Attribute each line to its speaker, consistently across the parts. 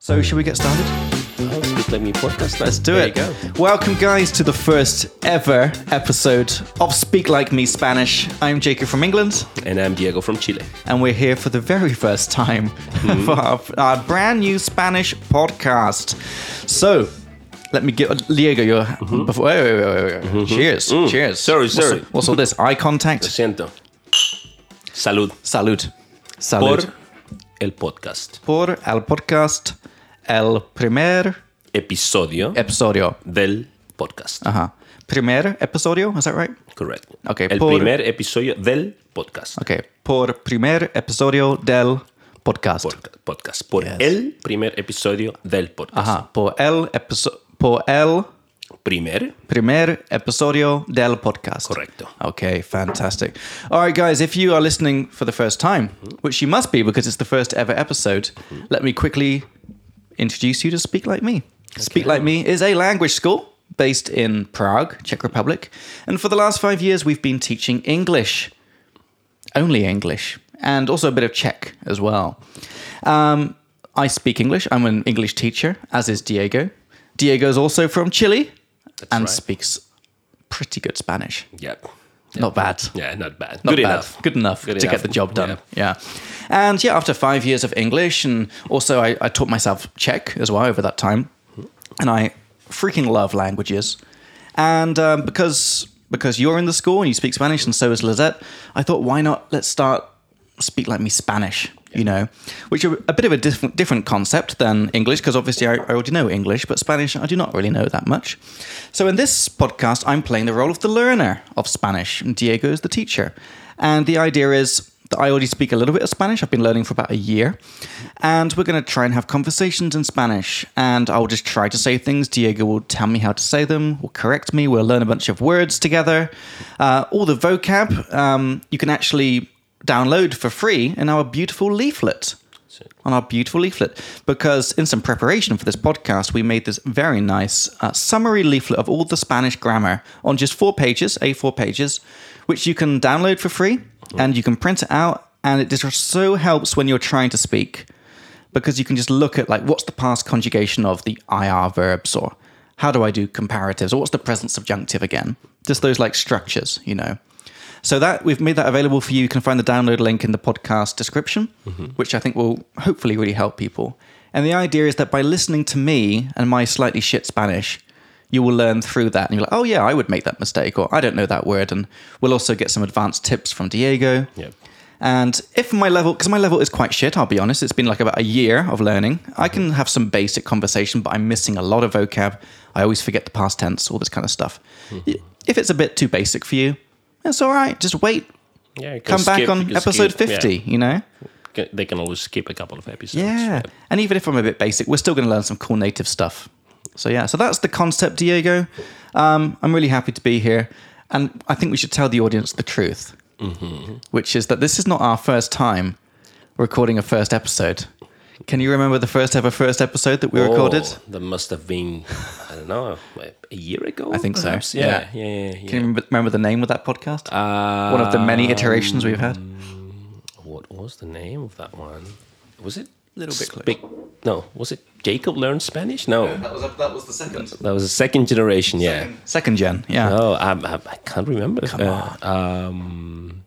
Speaker 1: So, should we get started?
Speaker 2: Oh, it's Reclaim Your Podcast.
Speaker 1: Let's do it.
Speaker 2: There you go.
Speaker 1: Welcome, guys, to the first ever episode of Speak Like Me Spanish. I'm Jacob from England,
Speaker 2: And I'm Diego from Chile.
Speaker 1: and we're here for the very first time
Speaker 2: Hmm.
Speaker 1: for our, our brand new Spanish podcast. So, let me give Diego your. Before, wait, wait, wait, wait, wait. Cheers. Cheers.
Speaker 2: Mm-hmm. Mm. Sorry,
Speaker 1: What's-
Speaker 2: sorry.
Speaker 1: What's, all this? Eye
Speaker 2: Lo
Speaker 1: contact?
Speaker 2: siento. Salud
Speaker 1: Salud.
Speaker 2: por
Speaker 1: Salud.
Speaker 2: el podcast.
Speaker 1: Por, el podcast, el primer
Speaker 2: Episodio
Speaker 1: episodio.
Speaker 2: del podcast.
Speaker 1: Ajá. Primer episodio, is that right?
Speaker 2: Correcto.
Speaker 1: Ah. Ok,
Speaker 2: el
Speaker 1: por-
Speaker 2: primer episodio del podcast.
Speaker 1: Ok, por primer episodio del podcast.
Speaker 2: Por- podcast. Por
Speaker 1: Yes.
Speaker 2: el primer episodio del podcast.
Speaker 1: Ajá, por el, episo- por el
Speaker 2: Primer.
Speaker 1: primer episodio del podcast.
Speaker 2: Correcto.
Speaker 1: Okay, fantastic. All right, guys, if you are listening for the first time, which you must be because it's the first ever episode, let me quickly introduce you to Speak Like Me. Speak Like Me is a language school based in Prague, Czech Republic. And for the last five years, we've been teaching English, only English, and also a bit of Czech as well. Um, I speak English. I'm an English teacher, as is Diego. Diego is also from Chile and
Speaker 2: right.
Speaker 1: speaks pretty good Spanish.
Speaker 2: Yep.
Speaker 1: Not bad.
Speaker 2: Yeah, not bad.
Speaker 1: Not
Speaker 2: Good
Speaker 1: bad.
Speaker 2: enough.
Speaker 1: Good enough
Speaker 2: Good
Speaker 1: to
Speaker 2: enough.
Speaker 1: get the job done. Yeah.
Speaker 2: Yeah.
Speaker 1: And yeah, after five years of English, and also I, I taught myself Czech as well over that time, and I freaking love languages. And um, because because you're in the school and you speak Spanish, and so is Lizette, I thought why not let's start speak like me Spanish. You know, which are a bit of a different different concept than English, because obviously I, I already know English, but Spanish I do not really know that much. So in this podcast, I'm playing the role of the learner of Spanish, and Diego is the teacher. And the idea is that I already speak a little bit of Spanish. I've been learning for about a year. And we're going to try and have conversations in Spanish. And I'll just try to say things. Diego will tell me how to say them, will correct me. We'll learn a bunch of words together. Uh, all the vocab um, you can actually download for free in our beautiful leaflet. On our beautiful leaflet, because in some preparation for this podcast, we made this very nice uh, summary leaflet of all the Spanish grammar on just four pages, A4 pages, which you can download for free and you can print it out. And it just so helps when you're trying to speak because you can just look at like what's the past conjugation of the IR verbs or how do I do comparatives or what's the present subjunctive again? Just those like structures, you know. So that we've made that available for you. You can find the download link in the podcast description, which I think will hopefully really help people. And the idea is that by listening to me and my slightly shit Spanish, you will learn through that and you're like, oh yeah, I would make that mistake or I don't know that word. And we'll also get some advanced tips from Diego.
Speaker 2: Yep.
Speaker 1: And if my level, because my level is quite shit, I'll be honest, it's been like about a year of learning. I can have some basic conversation, but I'm missing a lot of vocab. I always forget the past tense, all this kind of stuff.
Speaker 2: Hmm.
Speaker 1: If it's a bit too basic for you, that's all right. Just wait.
Speaker 2: Yeah, you can
Speaker 1: Come back
Speaker 2: skip- you
Speaker 1: on
Speaker 2: can
Speaker 1: episode
Speaker 2: skip, yeah.
Speaker 1: 50, you know?
Speaker 2: Ca- They can always skip a couple of episodes.
Speaker 1: Yeah. And even if I'm a bit basic, we're still going to learn some cool native stuff. So, yeah, so that's the concept, Diego. Um, I'm really happy to be here. And I think we should tell the audience the truth, which is that this is not our first time recording a first episode. Can you remember the first ever first episode that we
Speaker 2: Oh,
Speaker 1: recorded?
Speaker 2: That must have been, I don't know, a a year ago.
Speaker 1: I think so.
Speaker 2: perhaps?
Speaker 1: Yeah. Um,
Speaker 2: Yeah, yeah, yeah. yeah.
Speaker 1: Can you remember- remember the name of that podcast?
Speaker 2: Uh,
Speaker 1: One of the many iterations we've had?
Speaker 2: What was the name of that one? Was it
Speaker 1: Little bit close.
Speaker 2: Big, no, was it Jacob learned Spanish? No,
Speaker 1: That was, that was the second.
Speaker 2: that was a second generation. Yeah.
Speaker 1: Second gen, yeah.
Speaker 2: Oh, I, I, I can't remember. Come Um,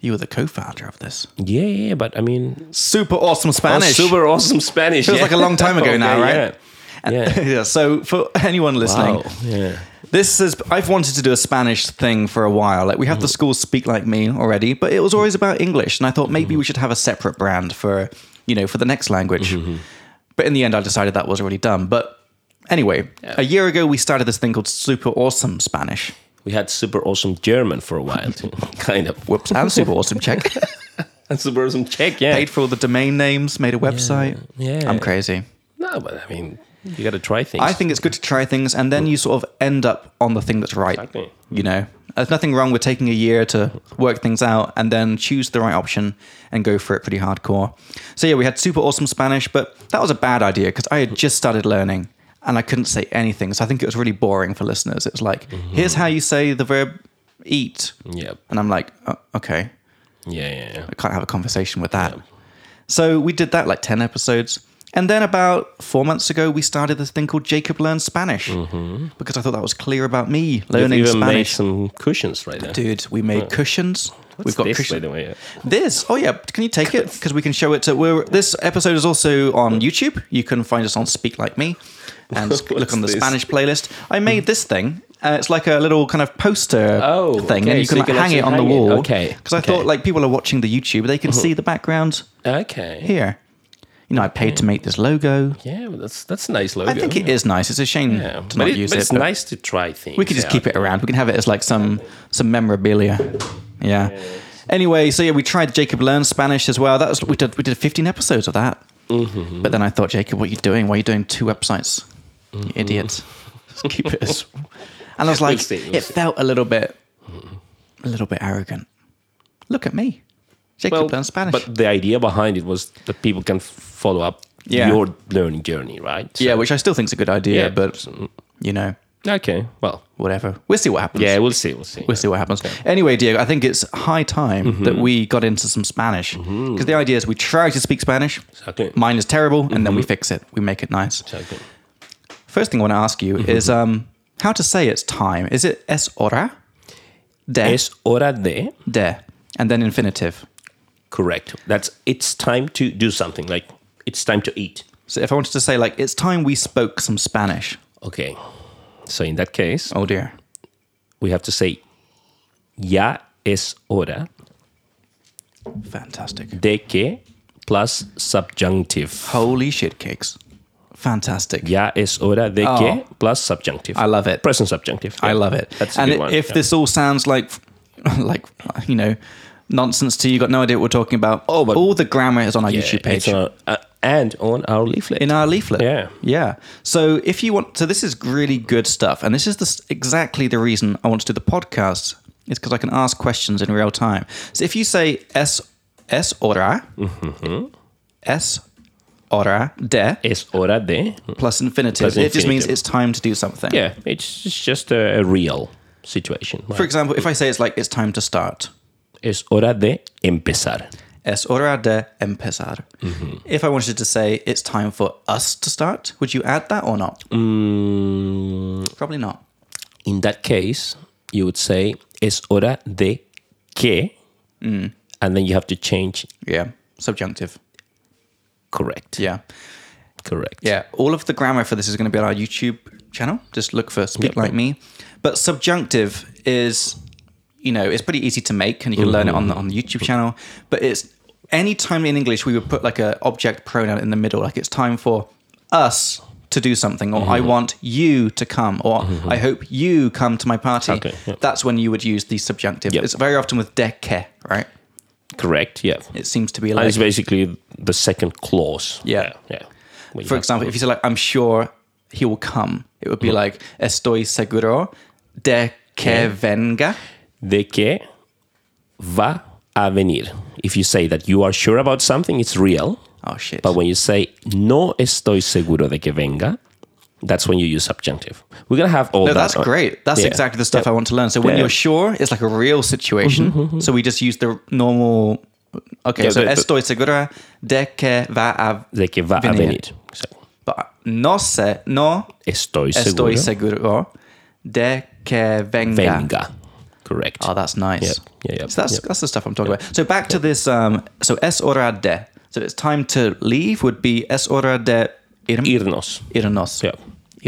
Speaker 1: You were the co founder of this.
Speaker 2: yeah, yeah, yeah, but I mean,
Speaker 1: Super awesome Spanish.
Speaker 2: Oh, super awesome Spanish.
Speaker 1: Feels like a long time ago now, right?
Speaker 2: Yeah. yeah.
Speaker 1: yeah, so for anyone listening,
Speaker 2: Wow. Yeah.
Speaker 1: this is I've wanted to do a Spanish thing for a while. Like we have the
Speaker 2: Mm.
Speaker 1: school speak like me already, but it was always about English, and I thought
Speaker 2: Mm-hmm.
Speaker 1: maybe we should have a separate brand for you know for the next language.
Speaker 2: Mm-hmm,
Speaker 1: But in the end, I decided that was already done. But anyway, a year ago we started this thing called Super Awesome Spanish.
Speaker 2: We had super awesome German for a while, too. kind of.
Speaker 1: Whoops, and Super Awesome Czech
Speaker 2: And super awesome Czech, yeah.
Speaker 1: paid for all the domain names, made a website.
Speaker 2: Yeah.
Speaker 1: I'm crazy.
Speaker 2: No, but I mean, you got to try things.
Speaker 1: I think it's good to try things, and then you sort of end up on the thing that's right.
Speaker 2: Exactly.
Speaker 1: You know, there's nothing wrong with taking a year to work things out and then choose the right option and go for it pretty hardcore. So yeah, we had super awesome Spanish, but that was a bad idea because I had just started learning and I couldn't say anything. So I think it was really boring for listeners. It was like, here's how you say the verb eat,
Speaker 2: Yep.
Speaker 1: and I'm like, oh, okay.
Speaker 2: Yeah, yeah, yeah.
Speaker 1: I can't have a conversation with that. So we did that like 10 episodes. And then about four months ago, we started this thing called Jacob Learns Spanish because I thought that was clear about me
Speaker 2: Mm-hmm. You've
Speaker 1: learning
Speaker 2: even made
Speaker 1: Spanish.
Speaker 2: some cushions right there.
Speaker 1: Dude, we made cushions. We've got
Speaker 2: this,
Speaker 1: cushions.
Speaker 2: by the way.
Speaker 1: This? Oh yeah. Can you take it? Because we can show it to. We're, this episode is also on YouTube. You can find us on Speak Like Me, and
Speaker 2: What's
Speaker 1: look on the
Speaker 2: this?
Speaker 1: Spanish playlist. I made this thing. Uh, it's like a little kind of poster
Speaker 2: Oh,
Speaker 1: thing,
Speaker 2: okay,
Speaker 1: and you
Speaker 2: so
Speaker 1: can,
Speaker 2: you
Speaker 1: like,
Speaker 2: can
Speaker 1: hang
Speaker 2: actually
Speaker 1: it on the
Speaker 2: hang it.
Speaker 1: wall.
Speaker 2: Okay,
Speaker 1: Because I
Speaker 2: okay. Uh-huh.
Speaker 1: thought like people are watching the YouTube, they can see the background
Speaker 2: Okay.
Speaker 1: here. You know, I paid
Speaker 2: Mm.
Speaker 1: to make this logo.
Speaker 2: Yeah, well, that's that's a nice logo.
Speaker 1: I think it is nice. It's a shame
Speaker 2: Yeah,
Speaker 1: to
Speaker 2: but,
Speaker 1: not
Speaker 2: it-
Speaker 1: use
Speaker 2: but
Speaker 1: it.
Speaker 2: it's
Speaker 1: but
Speaker 2: nice to try things.
Speaker 1: we could just keep it around. We can have it as like some some memorabilia. Yeah. Anyway, so yeah, we tried Jacob learns Spanish as well. That was we did we did 15 episodes of that. But then I thought, Jacob, what are you doing? Why are you doing two websites? You idiot. Just keep it as. And I was like,
Speaker 2: see, we'll
Speaker 1: it felt a little bit, a little bit arrogant. Look at me, Jacob
Speaker 2: Well,
Speaker 1: learns Spanish.
Speaker 2: But the idea behind it was that people can f- follow up
Speaker 1: Yeah.
Speaker 2: your learning journey, right? So-
Speaker 1: yeah, which I still think is a good idea,
Speaker 2: Yeah.
Speaker 1: but you know,
Speaker 2: Okay. Well.
Speaker 1: whatever. We'll see what happens.
Speaker 2: Yeah, we'll see. We'll see.
Speaker 1: We'll see what happens. Anyway, Diego, I think it's high time
Speaker 2: Mm-hmm.
Speaker 1: that we got into some Spanish because the idea is we try to speak Spanish.
Speaker 2: Exactly. Mm-hmm.
Speaker 1: Mine is terrible, and then we fix it. We make it nice.
Speaker 2: Exactly. Mm-hmm.
Speaker 1: First thing I want to ask you is um, how to say it's time. Is it es hora? De.
Speaker 2: Es hora de.
Speaker 1: de. And then infinitive.
Speaker 2: Correct. That's it's time to do something. Like it's time to eat.
Speaker 1: So if I wanted to say, like, it's time we spoke some Spanish.
Speaker 2: Okay. So in that case,
Speaker 1: Oh dear.
Speaker 2: we have to say, ya es hora
Speaker 1: Fantastic.
Speaker 2: de que plus subjunctive.
Speaker 1: Holy shit cakes. Fantastic.
Speaker 2: Ya es hora de
Speaker 1: Oh.
Speaker 2: que plus subjunctive.
Speaker 1: I love it.
Speaker 2: Present subjunctive.
Speaker 1: I love it.
Speaker 2: That's a
Speaker 1: and
Speaker 2: good
Speaker 1: i-
Speaker 2: one,
Speaker 1: if
Speaker 2: yeah.
Speaker 1: this all sounds like, like you know, nonsense to you, you got no idea what we're talking about.
Speaker 2: Oh, but-
Speaker 1: all the grammar is on our
Speaker 2: Yeah,
Speaker 1: YouTube
Speaker 2: it's
Speaker 1: page
Speaker 2: on our- uh, and on our leaflet.
Speaker 1: in our leaflet.
Speaker 2: Yeah.
Speaker 1: yeah. So if you want, so this is really good stuff, and this is the, s- exactly the reason I want to do the podcast. It's because I can ask questions in real time. So if you say es es hora,
Speaker 2: Mm-hmm.
Speaker 1: es hora de
Speaker 2: es hora de.
Speaker 1: plus infinitive,
Speaker 2: Plus
Speaker 1: it just means
Speaker 2: infinitive.
Speaker 1: it's time to do something.
Speaker 2: Yeah, it's, it's just a, a real situation.
Speaker 1: For
Speaker 2: right?
Speaker 1: example, if I say it's like it's time to start.
Speaker 2: es hora de empezar.
Speaker 1: Es hora de empezar. If I wanted to say it's time for us to start, would you add that or not? Probably not.
Speaker 2: Mm, In that case, you would say es hora de que,
Speaker 1: Mm.
Speaker 2: and then you have to change
Speaker 1: Yeah. Subjunctive.
Speaker 2: correct.
Speaker 1: Yeah.
Speaker 2: Correct.
Speaker 1: Yeah. All of the grammar for this is going to be on our YouTube channel. Just look for Speak
Speaker 2: Yep.
Speaker 1: Like Me. But subjunctive is, you know, it's pretty easy to make and you can learn it on the, on the YouTube channel. But it's any time in English we would put like a object pronoun in the middle. Like it's time for us to do something or I
Speaker 2: Mm-hmm.
Speaker 1: want you to come or I hope you come to my party.
Speaker 2: Okay, yep.
Speaker 1: That's when you would use the subjunctive.
Speaker 2: Yep.
Speaker 1: It's very often with de que, right?
Speaker 2: Correct. Yeah.
Speaker 1: It seems to be
Speaker 2: And
Speaker 1: like,
Speaker 2: it's basically the second clause.
Speaker 1: Yeah.
Speaker 2: Yeah. yeah. Well, you
Speaker 1: for
Speaker 2: have-
Speaker 1: example, if you say like I'm sure he will come, it would be
Speaker 2: Mm-hmm.
Speaker 1: like estoy seguro de que venga.
Speaker 2: de que va a venir. If you say that you are sure about something, it's real.
Speaker 1: Oh shit.
Speaker 2: But when you say no estoy seguro de que venga, that's when you use subjunctive. We're gonna have all
Speaker 1: no,
Speaker 2: that.
Speaker 1: that's
Speaker 2: on-
Speaker 1: great. That's
Speaker 2: Yeah.
Speaker 1: exactly the stuff I want to learn. So when
Speaker 2: Yeah. Mm-hmm,
Speaker 1: you're sure, it's like a real situation. So we just use the normal. Okay,
Speaker 2: Yeah,
Speaker 1: so
Speaker 2: but- but-
Speaker 1: estoy segura de que va a.
Speaker 2: De que va
Speaker 1: Venir.
Speaker 2: a venir. So,
Speaker 1: But no sé, no
Speaker 2: estoy,
Speaker 1: estoy
Speaker 2: seguro.
Speaker 1: seguro de que venga.
Speaker 2: venga. Correct.
Speaker 1: Oh, that's nice.
Speaker 2: Yeah, yeah, yeah.
Speaker 1: So that's
Speaker 2: Yeah.
Speaker 1: that's the stuff I'm talking about. So back to this. Um, so es hora de. So it's time to leave. Would be es hora de ir,
Speaker 2: Irnos.
Speaker 1: irnos.
Speaker 2: Yeah.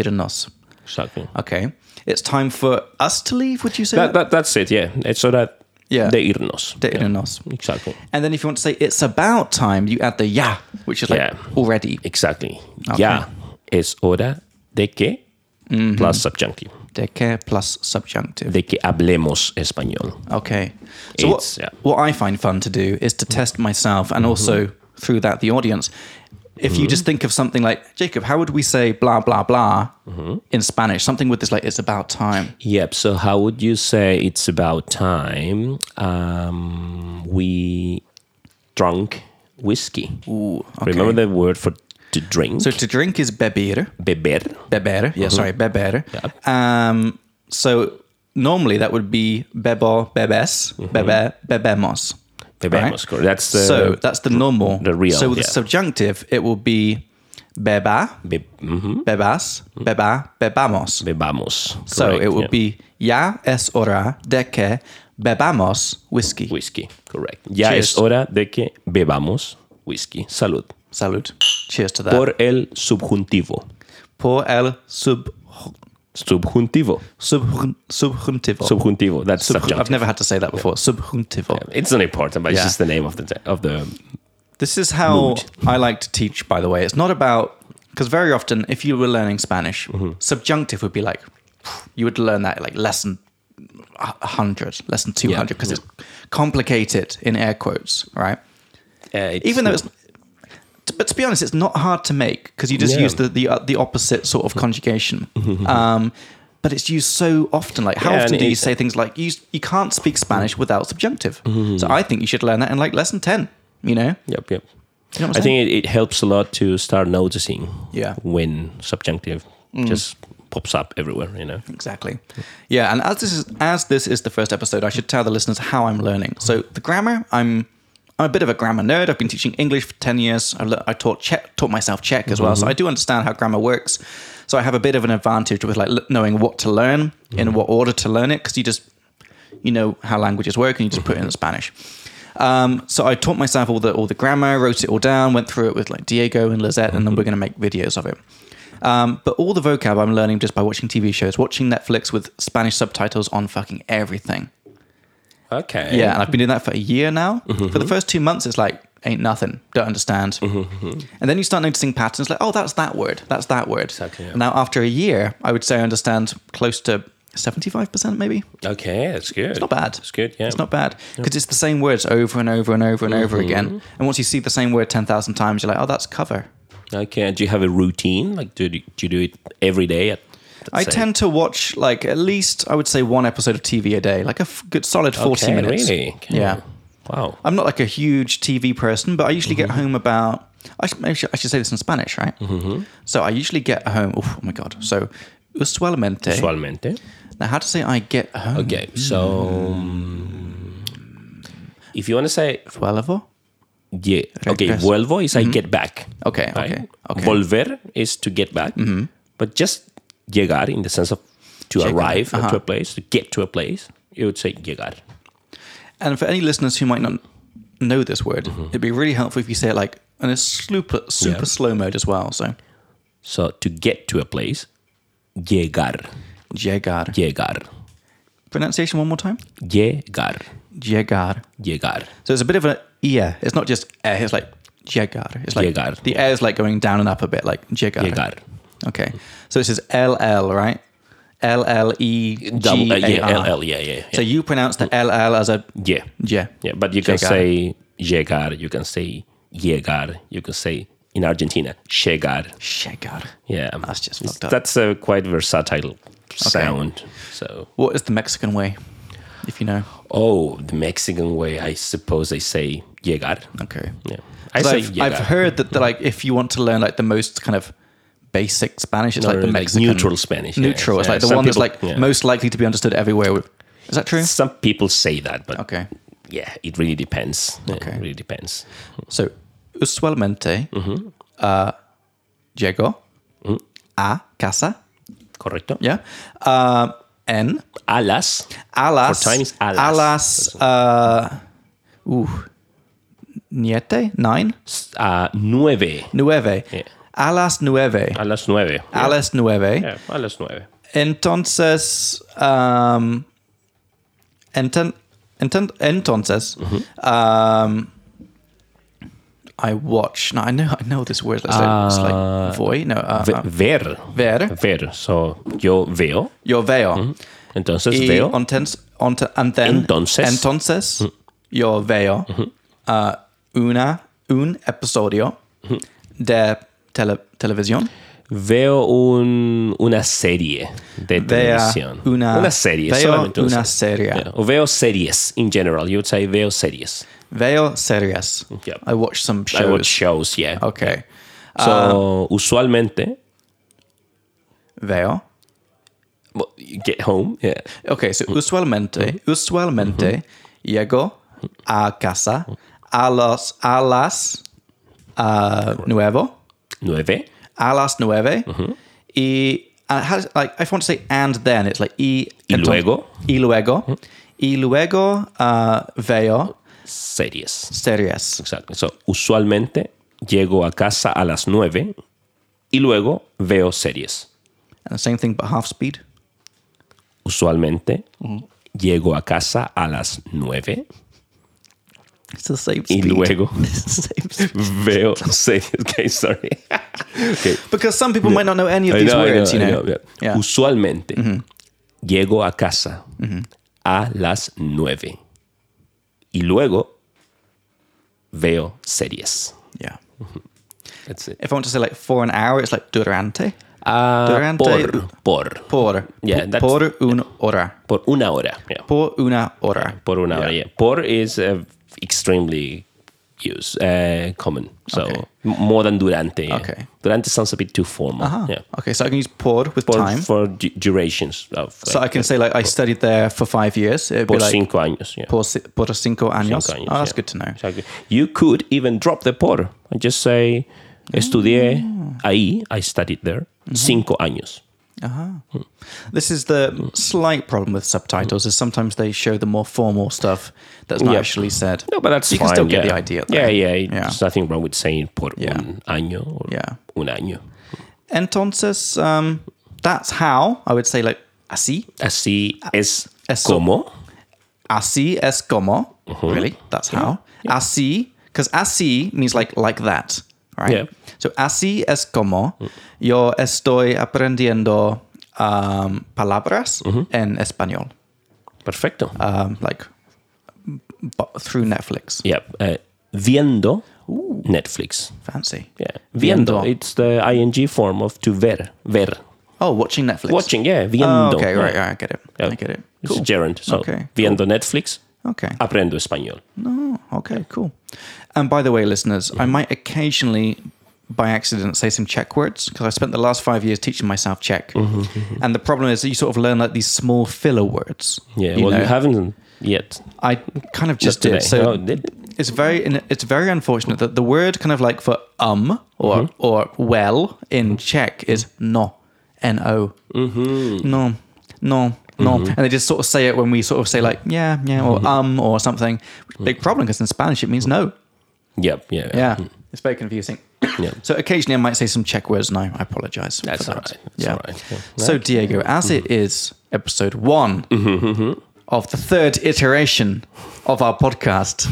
Speaker 1: Irnos.
Speaker 2: Exactly.
Speaker 1: Okay. It's time for us to leave. Would you say
Speaker 2: That, that, that's it. Yeah. It's so that
Speaker 1: Yeah.
Speaker 2: de irnos.
Speaker 1: De
Speaker 2: Yeah.
Speaker 1: irnos.
Speaker 2: Exactly.
Speaker 1: And then if you want to say it's about time, you add the ya, which is like
Speaker 2: Yeah.
Speaker 1: already.
Speaker 2: Exactly. Ya es hora de que plus subjunctive.
Speaker 1: De que plus subjunctive.
Speaker 2: De que hablemos español.
Speaker 1: Okay. So what,
Speaker 2: It's- yeah.
Speaker 1: what I find fun to do is to test myself and also
Speaker 2: Mm-hmm.
Speaker 1: through that the audience. If you just think of something like Jacob, how would we say blah blah blah
Speaker 2: Mm-hmm.
Speaker 1: in Spanish? Something with this like it's about time.
Speaker 2: Yep. So how would you say it's about time? Um, we drunk whiskey.
Speaker 1: Ooh, okay.
Speaker 2: Remember the word for to drink?
Speaker 1: So to drink is beber,
Speaker 2: beber.
Speaker 1: beber.
Speaker 2: Mm-hmm.
Speaker 1: Yeah, sorry, beber. Um, so normally that would be bebo, bebes,
Speaker 2: Mm-hmm.
Speaker 1: beber, bebemos.
Speaker 2: Bebemos.
Speaker 1: right?
Speaker 2: correct. That's the
Speaker 1: so that's the normal.
Speaker 2: the real,
Speaker 1: So with the
Speaker 2: yeah.
Speaker 1: subjunctive, it will be beba,
Speaker 2: Be- mhm.
Speaker 1: bebas, beba, bebamos.
Speaker 2: Bebamos.
Speaker 1: so
Speaker 2: Correct,
Speaker 1: it would
Speaker 2: yeah.
Speaker 1: be ya es hora de que bebamos whiskey.
Speaker 2: Whisky, correct. Ya
Speaker 1: Cheers.
Speaker 2: es hora de que bebamos whisky. Salud.
Speaker 1: Salud. Cheers to that. Por,
Speaker 2: Por el subjuntivo.
Speaker 1: el sub,
Speaker 2: Subjuntivo.
Speaker 1: sub, subjuntivo.
Speaker 2: Subjuntivo. That's
Speaker 1: Subjun- I've
Speaker 2: subjunctive.
Speaker 1: never had to say that before. Subjuntivo.
Speaker 2: It's not important, but
Speaker 1: Yeah.
Speaker 2: it's just the name of the te- of the.
Speaker 1: This is how I like to teach, by the way. It's not about, because very often, if you were learning Spanish,
Speaker 2: Mm-hmm.
Speaker 1: subjunctive would be like, you would learn that like lesson 100, lesson 200, because it's complicated in air quotes, right?
Speaker 2: Uh,
Speaker 1: Even though it's, but to be honest, it's not hard to make because you just
Speaker 2: Yeah.
Speaker 1: use the, the, uh, the opposite sort of conjugation. um, but it's used so often. Like, how
Speaker 2: Yeah,
Speaker 1: often
Speaker 2: and
Speaker 1: do you
Speaker 2: it-
Speaker 1: say things like, you, you can't speak Spanish without subjunctive?
Speaker 2: Mm-hmm.
Speaker 1: So I think you should learn that in like lesson 10, you know?
Speaker 2: Yep, yep.
Speaker 1: You know what
Speaker 2: I
Speaker 1: I'm saying?
Speaker 2: think it, it helps a lot to start noticing.
Speaker 1: Yeah.
Speaker 2: When subjunctive just pops up everywhere, you know.
Speaker 1: Exactly. Yeah, and as this is as this is the first episode, I should tell the listeners how I'm learning. So the grammar, I'm I'm a bit of a grammar nerd. I've been teaching English for ten years. I've le- I taught Czech, taught myself Czech as well, so I do understand how grammar works. So I have a bit of an advantage with like l- knowing what to learn in what order to learn it because you just you know how languages work and you just put it in Spanish. Um, so I taught myself all the all the grammar, wrote it all down, went through it with like Diego and Lizette, and then we're going to make videos of it. Um, but all the vocab I'm learning just by watching TV shows, watching Netflix with Spanish subtitles on fucking everything.
Speaker 2: Okay.
Speaker 1: Yeah, and I've been doing that for a year now.
Speaker 2: Mm-hmm.
Speaker 1: For the first two months, it's like ain't nothing, don't understand.
Speaker 2: mm-hmm.
Speaker 1: And then you start noticing patterns, like oh, that's that word, that's that word.
Speaker 2: Exactly, yeah.
Speaker 1: Now after a year, I would say I understand close to seventy five percent, maybe.
Speaker 2: Okay, that's good. It's
Speaker 1: Not bad.
Speaker 2: It's good. Yeah. Mm-hmm.
Speaker 1: It's not bad because it's the same words over and over and over and over again. And once you see the same word 10,000 times, you're like, oh, that's cover.
Speaker 2: Okay. And do you have a routine? Like, do, you- do you do it every day? At,
Speaker 1: I
Speaker 2: say-
Speaker 1: tend to watch like at least, I would say, one episode of TV a day, like a f- good solid 40
Speaker 2: okay,
Speaker 1: minutes.
Speaker 2: Really? Okay.
Speaker 1: Yeah.
Speaker 2: Wow.
Speaker 1: I'm not like a huge TV person, but I usually get
Speaker 2: Mm-hmm.
Speaker 1: home about. I should, maybe I should- I should say this in Spanish, right? Mm-hmm. So I usually get home. Oh, my God. So, usualmente.
Speaker 2: Usualmente.
Speaker 1: Now, how to say I get home?
Speaker 2: Okay. So, Mm. if you want to say
Speaker 1: Vuelvo?
Speaker 2: yeah, okay,
Speaker 1: Regreso.
Speaker 2: vuelvo is I get back.
Speaker 1: Okay, okay, okay. Mm-hmm.
Speaker 2: Volver is to get back, but just llegar in the sense of to
Speaker 1: Llegar,
Speaker 2: arrive or
Speaker 1: uh-huh.
Speaker 2: to a place, to get to a place. You would say llegar.
Speaker 1: And for any listeners who might not know this word, it'd be really helpful if you say it like in a super super
Speaker 2: Mm-hmm. Yeah.
Speaker 1: slow mode as well. So
Speaker 2: So to get to a place, llegar,
Speaker 1: llegar.
Speaker 2: llegar,
Speaker 1: Pronunciation one more time.
Speaker 2: llegar,
Speaker 1: Llegar.
Speaker 2: llegar.
Speaker 1: So it's a bit of an yeah. It's not just eh, it's like llegar. It's like
Speaker 2: Llegar.
Speaker 1: the air is like going down and up a bit, like llegar.
Speaker 2: Llegar.
Speaker 1: Okay. So this is L L right? L L E
Speaker 2: Double,
Speaker 1: G
Speaker 2: uh,
Speaker 1: A
Speaker 2: yeah,
Speaker 1: R.
Speaker 2: LL, yeah, yeah,
Speaker 1: So
Speaker 2: yeah.
Speaker 1: you pronounce the L L as a
Speaker 2: yeah.
Speaker 1: yeah.
Speaker 2: Yeah, but you can
Speaker 1: Llegar.
Speaker 2: say llegar, you can say llegar, you can say in Argentina, llegar.
Speaker 1: Llegar.
Speaker 2: Yeah,
Speaker 1: That's just
Speaker 2: It's-
Speaker 1: fucked up.
Speaker 2: That's a quite versatile sound. So,
Speaker 1: What is the Mexican way? If you know.
Speaker 2: oh, the Mexican way, I suppose they say llegar.
Speaker 1: Okay.
Speaker 2: Yeah, I say
Speaker 1: I've,
Speaker 2: llegar.
Speaker 1: I've heard that, that like if you want to learn like the most kind of basic Spanish, it's like
Speaker 2: Or,
Speaker 1: the
Speaker 2: like,
Speaker 1: Mexican
Speaker 2: neutral Spanish, yeah.
Speaker 1: Neutral, it's
Speaker 2: Yeah,
Speaker 1: like the
Speaker 2: some
Speaker 1: one that's like
Speaker 2: people- yeah.
Speaker 1: most likely to be understood everywhere. Is that true?
Speaker 2: Some people say that, but
Speaker 1: Okay.
Speaker 2: yeah, it really depends. Yeah,
Speaker 1: Okay.
Speaker 2: it really depends.
Speaker 1: So usualmente uh, llego a casa,
Speaker 2: Correcto.
Speaker 1: yeah, uh, en
Speaker 2: Alas.
Speaker 1: a las
Speaker 2: For Chinese, a
Speaker 1: a
Speaker 2: las.
Speaker 1: las, uh, ooh, niete nine
Speaker 2: Uh, nueve.
Speaker 1: nueve
Speaker 2: Yeah.
Speaker 1: a las nueve
Speaker 2: A las nueve.
Speaker 1: a las nueve.
Speaker 2: Yeah, a las nueve.
Speaker 1: Entonces, um, enten, enten, entonces, um, I watch. No, I know, I know this word. Let's say it's
Speaker 2: Uh,
Speaker 1: like voy. No, uh,
Speaker 2: Ve-
Speaker 1: uh,
Speaker 2: ver.
Speaker 1: ver.
Speaker 2: Ver. So, yo veo.
Speaker 1: Yo veo.
Speaker 2: Mm-hmm. Entonces
Speaker 1: Y
Speaker 2: veo.
Speaker 1: ontens- ont- and then-
Speaker 2: Entonces.
Speaker 1: entonces,
Speaker 2: Mm-hmm.
Speaker 1: yo veo uh, una un episodio
Speaker 2: Mm-hmm.
Speaker 1: de tele, televisión.
Speaker 2: Veo un, una serie de
Speaker 1: Vea
Speaker 2: televisión.
Speaker 1: una,
Speaker 2: una serie.
Speaker 1: veo
Speaker 2: solamente
Speaker 1: una serie.
Speaker 2: Yeah. O veo series in general. You would say veo series.
Speaker 1: Veo series.
Speaker 2: Yep.
Speaker 1: I watch some shows.
Speaker 2: I watch shows, yeah.
Speaker 1: Okay.
Speaker 2: So, usualmente,
Speaker 1: Veo.
Speaker 2: well, you get home, eh, yeah.
Speaker 1: Okay, so
Speaker 2: Mm.
Speaker 1: usualmente,
Speaker 2: Mm-hmm.
Speaker 1: usualmente llego a casa a las a las uh, nuevo
Speaker 2: Nueve,
Speaker 1: a las 9
Speaker 2: Mm-hmm.
Speaker 1: y uh, how does- like if I want to say and then it's like y,
Speaker 2: Y luego. Mm-hmm.
Speaker 1: y luego y luego uh, veo
Speaker 2: Series.
Speaker 1: series.
Speaker 2: Exacto. So, usualmente llego a casa a las 9 y luego veo series.
Speaker 1: And the same thing but half speed.
Speaker 2: Usualmente llego a casa a las 9
Speaker 1: It's the same
Speaker 2: y
Speaker 1: speed.
Speaker 2: luego
Speaker 1: It's the same speed.
Speaker 2: veo series. Okay, sorry. Okay.
Speaker 1: Because some people might not know any of
Speaker 2: I
Speaker 1: these
Speaker 2: know, I
Speaker 1: words,
Speaker 2: know,
Speaker 1: you
Speaker 2: I
Speaker 1: know.
Speaker 2: know, yeah.
Speaker 1: Yeah.
Speaker 2: Usualmente llego a casa a las 9 y luego veo series.
Speaker 1: Yeah.
Speaker 2: That's it.
Speaker 1: If I want to say like for an hour, it's like durante.
Speaker 2: Ah,
Speaker 1: Durante-
Speaker 2: por, por,
Speaker 1: Por.
Speaker 2: Yeah, that's-
Speaker 1: por un hora.
Speaker 2: por una hora. yeah.
Speaker 1: Por una hora.
Speaker 2: Por una hora. yeah. Por is uh, extremely used, uh, common. So
Speaker 1: Okay.
Speaker 2: m- more than durante. yeah.
Speaker 1: Okay.
Speaker 2: Durante sounds a bit too formal.
Speaker 1: Ah,
Speaker 2: yeah.
Speaker 1: Okay, so I can use por with
Speaker 2: Por,
Speaker 1: time.
Speaker 2: for du- durations of.
Speaker 1: so I
Speaker 2: like,
Speaker 1: can say like I studied there for five years. It'd
Speaker 2: por
Speaker 1: be like
Speaker 2: cinco años. Yeah.
Speaker 1: por, ci- por cinco años.
Speaker 2: Cinco años,
Speaker 1: oh, that's
Speaker 2: yeah.
Speaker 1: good to know.
Speaker 2: Exactly. You could even drop the por and just say, estudié
Speaker 1: Ah.
Speaker 2: ahí, I studied there,
Speaker 1: Mm-hmm.
Speaker 2: cinco años.
Speaker 1: This is the
Speaker 2: Mm.
Speaker 1: slight problem with subtitles is sometimes they show the more formal stuff that's not
Speaker 2: Yeah.
Speaker 1: actually said.
Speaker 2: No, but that's
Speaker 1: you
Speaker 2: fine.
Speaker 1: can still get
Speaker 2: yeah.
Speaker 1: the idea. Though.
Speaker 2: Yeah, yeah,
Speaker 1: Yeah.
Speaker 2: There's nothing wrong with saying por un año or
Speaker 1: Yeah.
Speaker 2: un año.
Speaker 1: Entonces, um, that's how I would say like así,
Speaker 2: Así es
Speaker 1: Ah, eso.
Speaker 2: como.
Speaker 1: así es como.
Speaker 2: Uh-huh.
Speaker 1: Really, that's how así because así means like like that, right?
Speaker 2: Yeah.
Speaker 1: So así es como yo estoy aprendiendo um, palabras
Speaker 2: Uh-huh.
Speaker 1: en español,
Speaker 2: Perfecto.
Speaker 1: um, like bu- through Netflix.
Speaker 2: yeah. Uh, viendo Netflix.
Speaker 1: Fancy.
Speaker 2: Yeah. Viendo.
Speaker 1: Uh. Viendo.
Speaker 2: It's the ing form of to ver. Ver.
Speaker 1: Oh, watching Netflix.
Speaker 2: Watching, yeah. Viendo.
Speaker 1: Oh, okay,
Speaker 2: yeah.
Speaker 1: right, right, I get it.
Speaker 2: Yeah.
Speaker 1: I get it.
Speaker 2: It's
Speaker 1: Cool.
Speaker 2: a gerund. So,
Speaker 1: Okay,
Speaker 2: viendo Netflix,
Speaker 1: Okay.
Speaker 2: aprendo español.
Speaker 1: No. Oh, Okay. Cool. And by the way, listeners, I might occasionally, by accident, say some Czech words because I spent the last five years teaching myself Czech,
Speaker 2: Mm-hmm,
Speaker 1: and the problem is that you sort of learn like these small filler words.
Speaker 2: Yeah,
Speaker 1: you
Speaker 2: well,
Speaker 1: know?
Speaker 2: you haven't yet.
Speaker 1: I kind of just
Speaker 2: Not
Speaker 1: did.
Speaker 2: today.
Speaker 1: So
Speaker 2: Oh, did-
Speaker 1: it's very it's very unfortunate that the word kind of like for um or
Speaker 2: Mm-hmm.
Speaker 1: or well in Czech is no, n
Speaker 2: Mm-hmm.
Speaker 1: no, no, no, and they just sort of say it when we sort of say like yeah, yeah, or
Speaker 2: Mm-hmm.
Speaker 1: um or something. Big problem because in Spanish it means no.
Speaker 2: Yep, yeah,
Speaker 1: Yeah, it's very confusing.
Speaker 2: Yeah.
Speaker 1: So occasionally I might say some Czech words, and I, I apologize. for
Speaker 2: That's
Speaker 1: that.
Speaker 2: all right. That's
Speaker 1: yeah.
Speaker 2: all right. Hmm. Mm-hmm, Yeah.
Speaker 1: So Diego, as it is episode one of the third iteration of our podcast,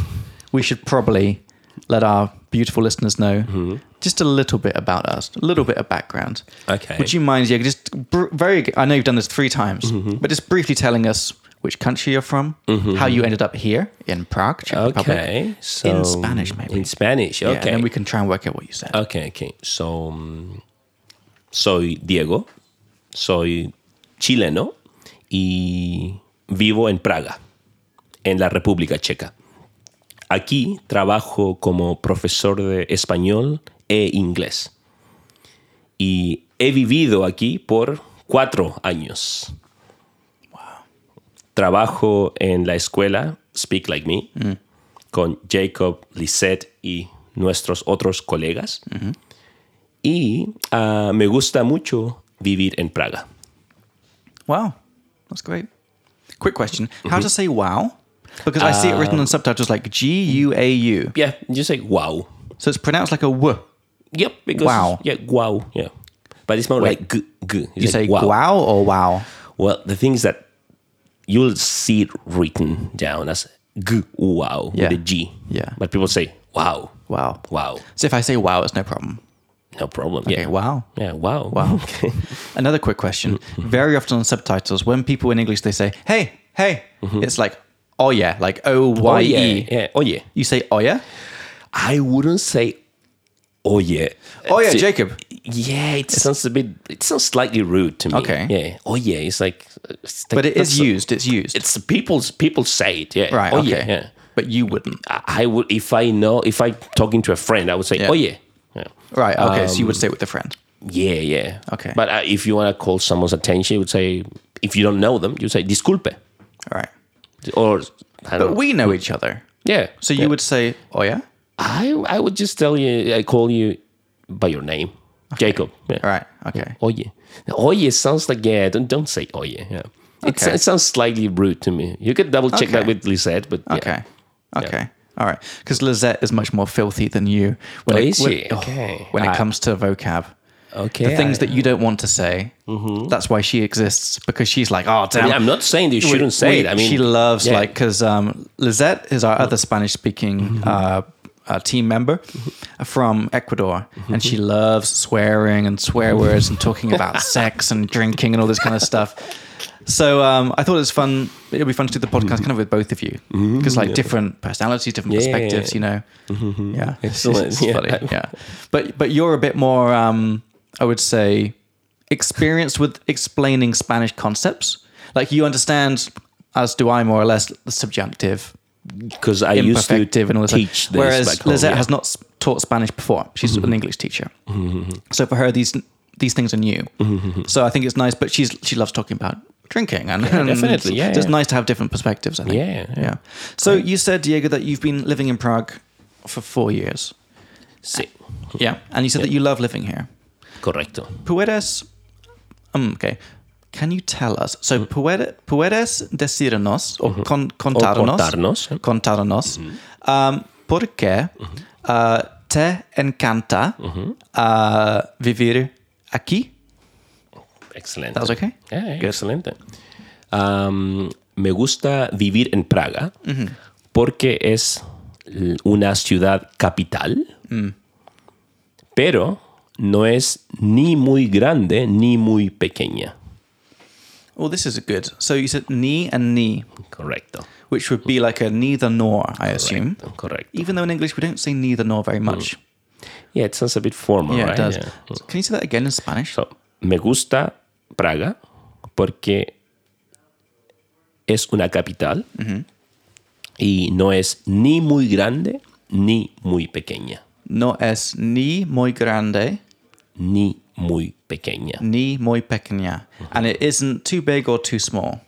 Speaker 1: we should probably let our beautiful listeners know
Speaker 2: Mm-hmm.
Speaker 1: just a little bit about us, a little bit of background.
Speaker 2: Okay.
Speaker 1: Would you mind, Diego, just br- very? I know you've done this three times,
Speaker 2: Mm-hmm.
Speaker 1: but just briefly telling us. Which country you're from? How you ended up here in Prague, Czech Republic?
Speaker 2: Okay, so
Speaker 1: in Spanish, maybe.
Speaker 2: in Spanish.
Speaker 1: Yeah,
Speaker 2: Okay,
Speaker 1: and then we can try and work out what you said.
Speaker 2: okay, okay. So, mm, soy Diego, soy chileno y vivo en Praga, en la República Checa. Aquí trabajo como profesor de español e inglés y he vivido aquí por cuatro años. Trabajo en la escuela Speak Like Me con Jacob, Lisette y nuestros otros colegas. Y ah, me gusta mucho vivir en Praga.
Speaker 1: Wow, that's great. Quick question:
Speaker 2: Mm-hmm.
Speaker 1: How to say "wow"? Because I see it written
Speaker 2: Uh,
Speaker 1: on subtitles like G U A U,
Speaker 2: Yeah, you say wow.
Speaker 1: so it's pronounced like a "w."
Speaker 2: Yep, because
Speaker 1: Wow.
Speaker 2: Yeah, wow. Yeah, but it's more like g g.
Speaker 1: You say "wow" or "wow."
Speaker 2: Well, the thing is that you'll see it written down as g wow
Speaker 1: Yeah.
Speaker 2: with a g.
Speaker 1: Yeah.
Speaker 2: but people say wow,
Speaker 1: Wow.
Speaker 2: wow.
Speaker 1: So if I say "wow," it's no problem.
Speaker 2: No problem.
Speaker 1: Okay,
Speaker 2: Yeah,
Speaker 1: wow.
Speaker 2: yeah, wow, wow. Okay. Mm-hmm.
Speaker 1: Another quick question: Very often on subtitles, when people in English they say "hey, hey," it's like "oh yeah," like O
Speaker 2: Mm-hmm. Oh
Speaker 1: Y E.
Speaker 2: yeah, yeah. Oh yeah.
Speaker 1: You say "oh yeah,"
Speaker 2: I wouldn't say, oh yeah,
Speaker 1: "oh yeah,"
Speaker 2: It's-
Speaker 1: Jacob.
Speaker 2: Yeah, it sounds a bit. It sounds slightly rude to me.
Speaker 1: Okay.
Speaker 2: Yeah. Oh yeah, it's like. It's like
Speaker 1: But it is
Speaker 2: that's a-
Speaker 1: used. It's used.
Speaker 2: It's people's people say it. Yeah.
Speaker 1: right.
Speaker 2: Oh
Speaker 1: okay.
Speaker 2: yeah. Yeah.
Speaker 1: But you wouldn't.
Speaker 2: I, I would if I know if I talking to a friend, I would say,
Speaker 1: Yeah.
Speaker 2: oh yeah. Yeah.
Speaker 1: Right. Okay. so
Speaker 2: Um,
Speaker 1: you would say it with a friend.
Speaker 2: Yeah. Yeah.
Speaker 1: Okay.
Speaker 2: But uh, if you want to call someone's attention, you would say if you don't know them, you say disculpe
Speaker 1: All right.
Speaker 2: or. I don't
Speaker 1: But
Speaker 2: know.
Speaker 1: we know each other.
Speaker 2: yeah.
Speaker 1: So you
Speaker 2: yeah.
Speaker 1: would say, oh yeah?
Speaker 2: I I would just tell you I call you by your name. Jacob. yeah.
Speaker 1: All right. Okay.
Speaker 2: Oye. Oye sounds like, yeah, don't, don't say oye. Yeah. It,
Speaker 1: Okay.
Speaker 2: it sounds slightly rude to me. You could double check that
Speaker 1: Okay.
Speaker 2: with Lisette, but yeah.
Speaker 1: Okay. Okay. All right. Because Lizette is much more filthy than you. When
Speaker 2: Oh,
Speaker 1: it,
Speaker 2: is
Speaker 1: when-
Speaker 2: she? Okay.
Speaker 1: When
Speaker 2: Ah.
Speaker 1: it comes to vocab.
Speaker 2: Okay.
Speaker 1: The things
Speaker 2: I-
Speaker 1: that you don't want to say.
Speaker 2: Mm-hmm.
Speaker 1: That's why she exists because she's like, oh,
Speaker 2: I
Speaker 1: damn.
Speaker 2: mean, I'm not saying that you shouldn't say it. I mean,
Speaker 1: she loves
Speaker 2: yeah.
Speaker 1: like because um, Lizette is our other Spanish-speaking
Speaker 2: Mm-hmm.
Speaker 1: uh, uh, team member from Ecuador,
Speaker 2: Mm-hmm.
Speaker 1: and she loves swearing and swear words and talking about sex and drinking and all this kind of stuff. So um, I thought it was fun. It would be fun to do the podcast kind of with both of you because like different personalities, different
Speaker 2: Mm-hmm. Yeah, yeah,
Speaker 1: perspectives,
Speaker 2: yeah.
Speaker 1: you know. Yeah, it's,
Speaker 2: Excellent.
Speaker 1: it's
Speaker 2: Yeah.
Speaker 1: funny. Yeah, but but you're a bit more, um, I would say, experienced with explaining Spanish concepts. Like you understand, as do I, more or less, the subjunctive,
Speaker 2: because I used to
Speaker 1: imperfective, and all this.
Speaker 2: teach this.
Speaker 1: Whereas
Speaker 2: back home,
Speaker 1: Lizette
Speaker 2: yeah. Mm-hmm.
Speaker 1: has not s- taught Spanish before. She's an English teacher, so for her these these things are new. So I think it's nice, but she's she loves talking about drinking and, and
Speaker 2: definitely. Mm-hmm. Yeah,
Speaker 1: it's just
Speaker 2: yeah.
Speaker 1: nice to have different perspectives. I think.
Speaker 2: Yeah, yeah.
Speaker 1: yeah. So you said Diego that you've been living in Prague for four years.
Speaker 2: Sí,
Speaker 1: Yeah, and you said that you love living here.
Speaker 2: correcto.
Speaker 1: Puedes, um, okay. Can you tell us? So puede, puedes decirnos Mm-hmm. o con, contarnos,
Speaker 2: contarnos, eh.
Speaker 1: contarnos, um, por qué uh, te encanta uh, vivir aquí?
Speaker 2: Excelente.
Speaker 1: That was okay.
Speaker 2: Yeah, yeah, Eh, excelente. Am, me gusta vivir en Praga porque es l- una ciudad capital,
Speaker 1: Mm.
Speaker 2: pero no es ni muy grande ni muy pequeña.
Speaker 1: Well, this is good. So you said ni and ni,
Speaker 2: Correcto.
Speaker 1: which would be like a neither nor, I assume.
Speaker 2: Correcto.
Speaker 1: Even though in English we don't say neither nor very much.
Speaker 2: Yeah, it sounds a bit formal,
Speaker 1: Mm. Yeah,
Speaker 2: right?
Speaker 1: it does.
Speaker 2: Yeah.
Speaker 1: Can you say that again in Spanish?
Speaker 2: So, me gusta Praga porque es una capital y no es ni muy grande ni muy pequeña.
Speaker 1: No es ni muy grande.
Speaker 2: Ni muy pequeña.
Speaker 1: ni muy pequeña.
Speaker 2: Mm-hmm.
Speaker 1: And it isn't too big or too small.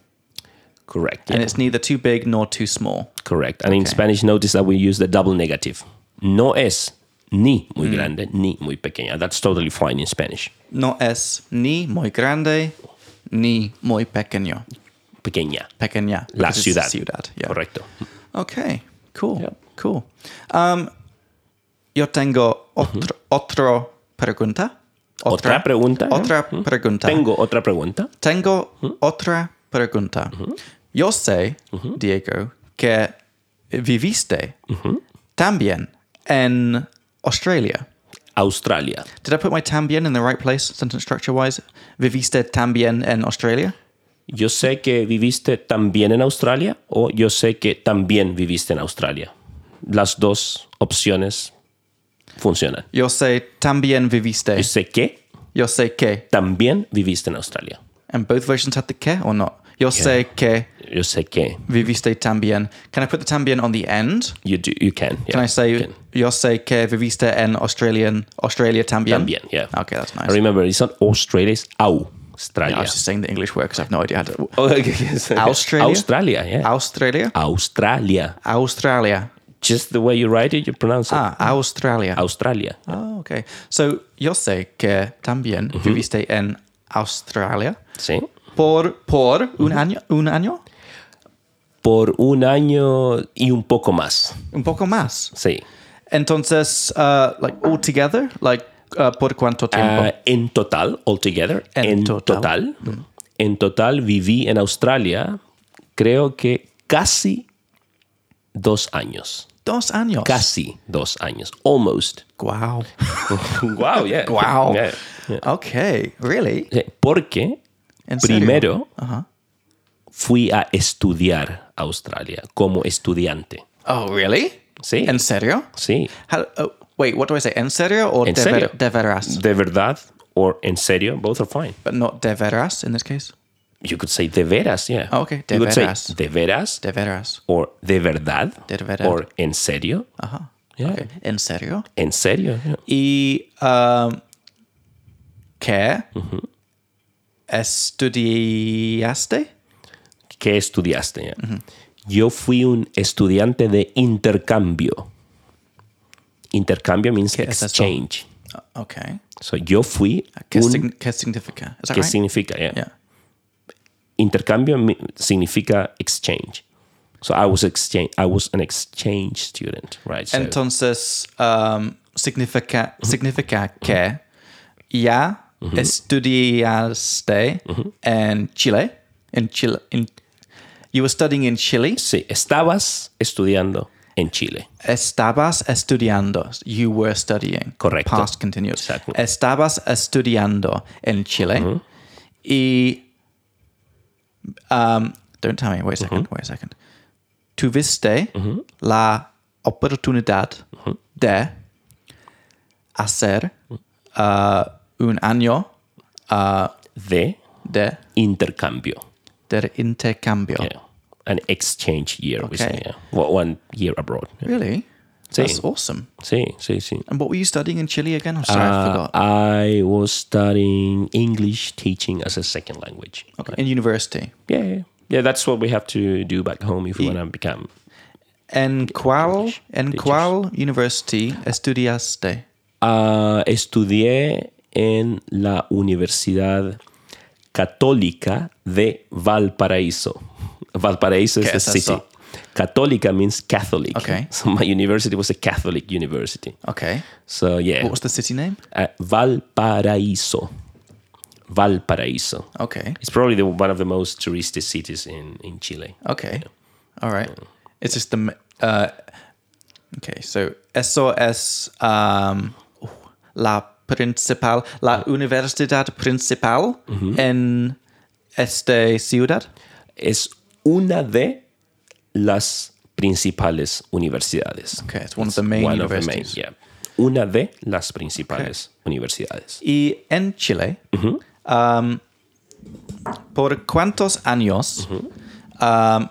Speaker 2: Correct.
Speaker 1: And
Speaker 2: yeah,
Speaker 1: it's neither too big nor too small.
Speaker 2: correct. And in Spanish, notice that we use the double negative. No es ni
Speaker 1: Mm.
Speaker 2: muy grande ni muy pequeña. That's totally fine in Spanish.
Speaker 1: No es ni muy grande ni muy pequeño.
Speaker 2: Pequeña.
Speaker 1: Pequeña.
Speaker 2: La
Speaker 1: because it's
Speaker 2: ciudad.
Speaker 1: Ciudad. Yeah.
Speaker 2: Correcto.
Speaker 1: Okay. Cool.
Speaker 2: Yeah.
Speaker 1: Cool. Um, yo tengo otro, otro pregunta.
Speaker 2: Mm-hmm. Otra pregunta, ¿no?
Speaker 1: Otra
Speaker 2: Mm-hmm.
Speaker 1: pregunta.
Speaker 2: Tengo otra pregunta.
Speaker 1: Tengo
Speaker 2: Mhm.
Speaker 1: otra pregunta. Yo sé, Diego, que viviste
Speaker 2: Mhm.
Speaker 1: también en Australia.
Speaker 2: Australia.
Speaker 1: Did I put my también in the right place, sentence structure wise? Viviste también en Australia?
Speaker 2: Yo sé que viviste también en Australia o yo sé que también viviste en Australia. Las dos opciones funcionan.
Speaker 1: Yo sé también viviste.
Speaker 2: Yo sé que
Speaker 1: Yo sé que.
Speaker 2: también viviste en Australia.
Speaker 1: And both versions had the que or not? Yo sé que
Speaker 2: Yo sé que
Speaker 1: viviste también. Can I put the también on the end?
Speaker 2: you do, you can. yeah,
Speaker 1: Can I say
Speaker 2: you can.
Speaker 1: yo sé que viviste en Australian Australia también?
Speaker 2: también? Yeah.
Speaker 1: Okay, that's nice.
Speaker 2: I remember it's not Australia, it's au- Australia.
Speaker 1: I was just saying the English word because I have no idea how to.
Speaker 2: Oh, okay, yes.
Speaker 1: Australia?
Speaker 2: Australia, yeah.
Speaker 1: Australia?
Speaker 2: Australia.
Speaker 1: Australia.
Speaker 2: Just the way you write it, you pronounce it.
Speaker 1: Ah, Australia.
Speaker 2: Australia.
Speaker 1: Oh, okay. So, yo sé que también viviste en Australia
Speaker 2: Sí.
Speaker 1: por, por un año, un año,
Speaker 2: Por un año y un poco más.
Speaker 1: un poco más.
Speaker 2: Sí.
Speaker 1: Entonces, uh, like all together, like uh, por cuánto tiempo?
Speaker 2: Ah, en total, altogether,
Speaker 1: En
Speaker 2: en,
Speaker 1: total.
Speaker 2: total. Mm. en total viví en Australia, creo que casi dos años.
Speaker 1: Dos años.
Speaker 2: Casi dos años. Almost.
Speaker 1: Wow.
Speaker 2: wow, yeah.
Speaker 1: Wow.
Speaker 2: Yeah.
Speaker 1: Okay. Really?
Speaker 2: Sí, Porque
Speaker 1: ¿En serio?
Speaker 2: primero fui a estudiar a Australia como estudiante.
Speaker 1: Oh, really?
Speaker 2: Sí.
Speaker 1: En serio?
Speaker 2: Sí.
Speaker 1: How, oh, wait, what do I say? En serio or
Speaker 2: En
Speaker 1: de,
Speaker 2: serio.
Speaker 1: ver- de veras?
Speaker 2: De verdad o en serio, both are fine.
Speaker 1: But not de veras in this case?
Speaker 2: You could say de veras, yeah.
Speaker 1: Ah, okay, de
Speaker 2: you could
Speaker 1: veras.
Speaker 2: say de veras.
Speaker 1: De veras.
Speaker 2: or de verdad,
Speaker 1: De verdad. Ah,
Speaker 2: or en serio. Ajá.
Speaker 1: Okay. En serio?
Speaker 2: En serio. yeah.
Speaker 1: Oh. y um, que estudiaste
Speaker 2: ¿Qué estudiaste? yeah? Yo fui un estudiante de intercambio. Intercambio means
Speaker 1: es eso?
Speaker 2: exchange.
Speaker 1: Okay.
Speaker 2: So, yo fui
Speaker 1: ¿Qué,
Speaker 2: un-
Speaker 1: sign- qué significa? Is that
Speaker 2: ¿Qué
Speaker 1: right?
Speaker 2: significa? Yeah.
Speaker 1: yeah.
Speaker 2: Intercambio mi- significa exchange. So I was exchange. I was an exchange student, right? So
Speaker 1: Entonces, um, significa, significa que ya estudiaste en Chile. En Chile. en- you were studying in Chile.
Speaker 2: sí, estabas estudiando en Chile.
Speaker 1: Estabas estudiando. You were studying.
Speaker 2: Correcto.
Speaker 1: Past continuous.
Speaker 2: Exacto. Uh-huh.
Speaker 1: Estabas estudiando en Chile. Y. um, don't tell me. Wait a 2nd
Speaker 2: Uh-huh.
Speaker 1: Wait a second. Tuviste la oportunidad
Speaker 2: Uh-huh.
Speaker 1: de hacer uh, un año uh,
Speaker 2: De
Speaker 1: de,
Speaker 2: intercambio.
Speaker 1: de intercambio.
Speaker 2: Yeah. An exchange year. we say,
Speaker 1: Oh. Okay.
Speaker 2: yeah. Well, one year abroad. Yeah.
Speaker 1: Really?
Speaker 2: Sí.
Speaker 1: That's awesome.
Speaker 2: Sí, sí, sí.
Speaker 1: And what were you studying in Chile again? I'm sorry, I
Speaker 2: Uh,
Speaker 1: forgot.
Speaker 2: I was studying English teaching as a second language.
Speaker 1: Okay. In university.
Speaker 2: Yeah, yeah, yeah. That's what we have to do back home if we want to become
Speaker 1: En cuál,
Speaker 2: English
Speaker 1: en
Speaker 2: teachers.
Speaker 1: cuál university estudiaste?
Speaker 2: Ah, estudié en la Universidad Católica de Valparaíso. Valparaíso is
Speaker 1: ¿Qué
Speaker 2: a
Speaker 1: es
Speaker 2: city.
Speaker 1: eso?
Speaker 2: Católica means Catholic.
Speaker 1: Okay.
Speaker 2: So my university was a Catholic university.
Speaker 1: Okay.
Speaker 2: So yeah.
Speaker 1: What was the city name?
Speaker 2: Uh, Valparaíso. Valparaíso.
Speaker 1: Okay.
Speaker 2: It's probably the, one of the most touristy cities in, in Chile.
Speaker 1: Okay. All right. Mm. It's just the. m- Uh, okay. So SOS um, la principal la universidad principal en este ciudad.
Speaker 2: Es una de las principales universidades.
Speaker 1: Okay, it's one of the main
Speaker 2: One of the main,
Speaker 1: universities.
Speaker 2: yeah. Una de las principales universidades.
Speaker 1: Y en Chile,
Speaker 2: Mhm.
Speaker 1: um, ¿por cuántos años
Speaker 2: Mhm.
Speaker 1: um,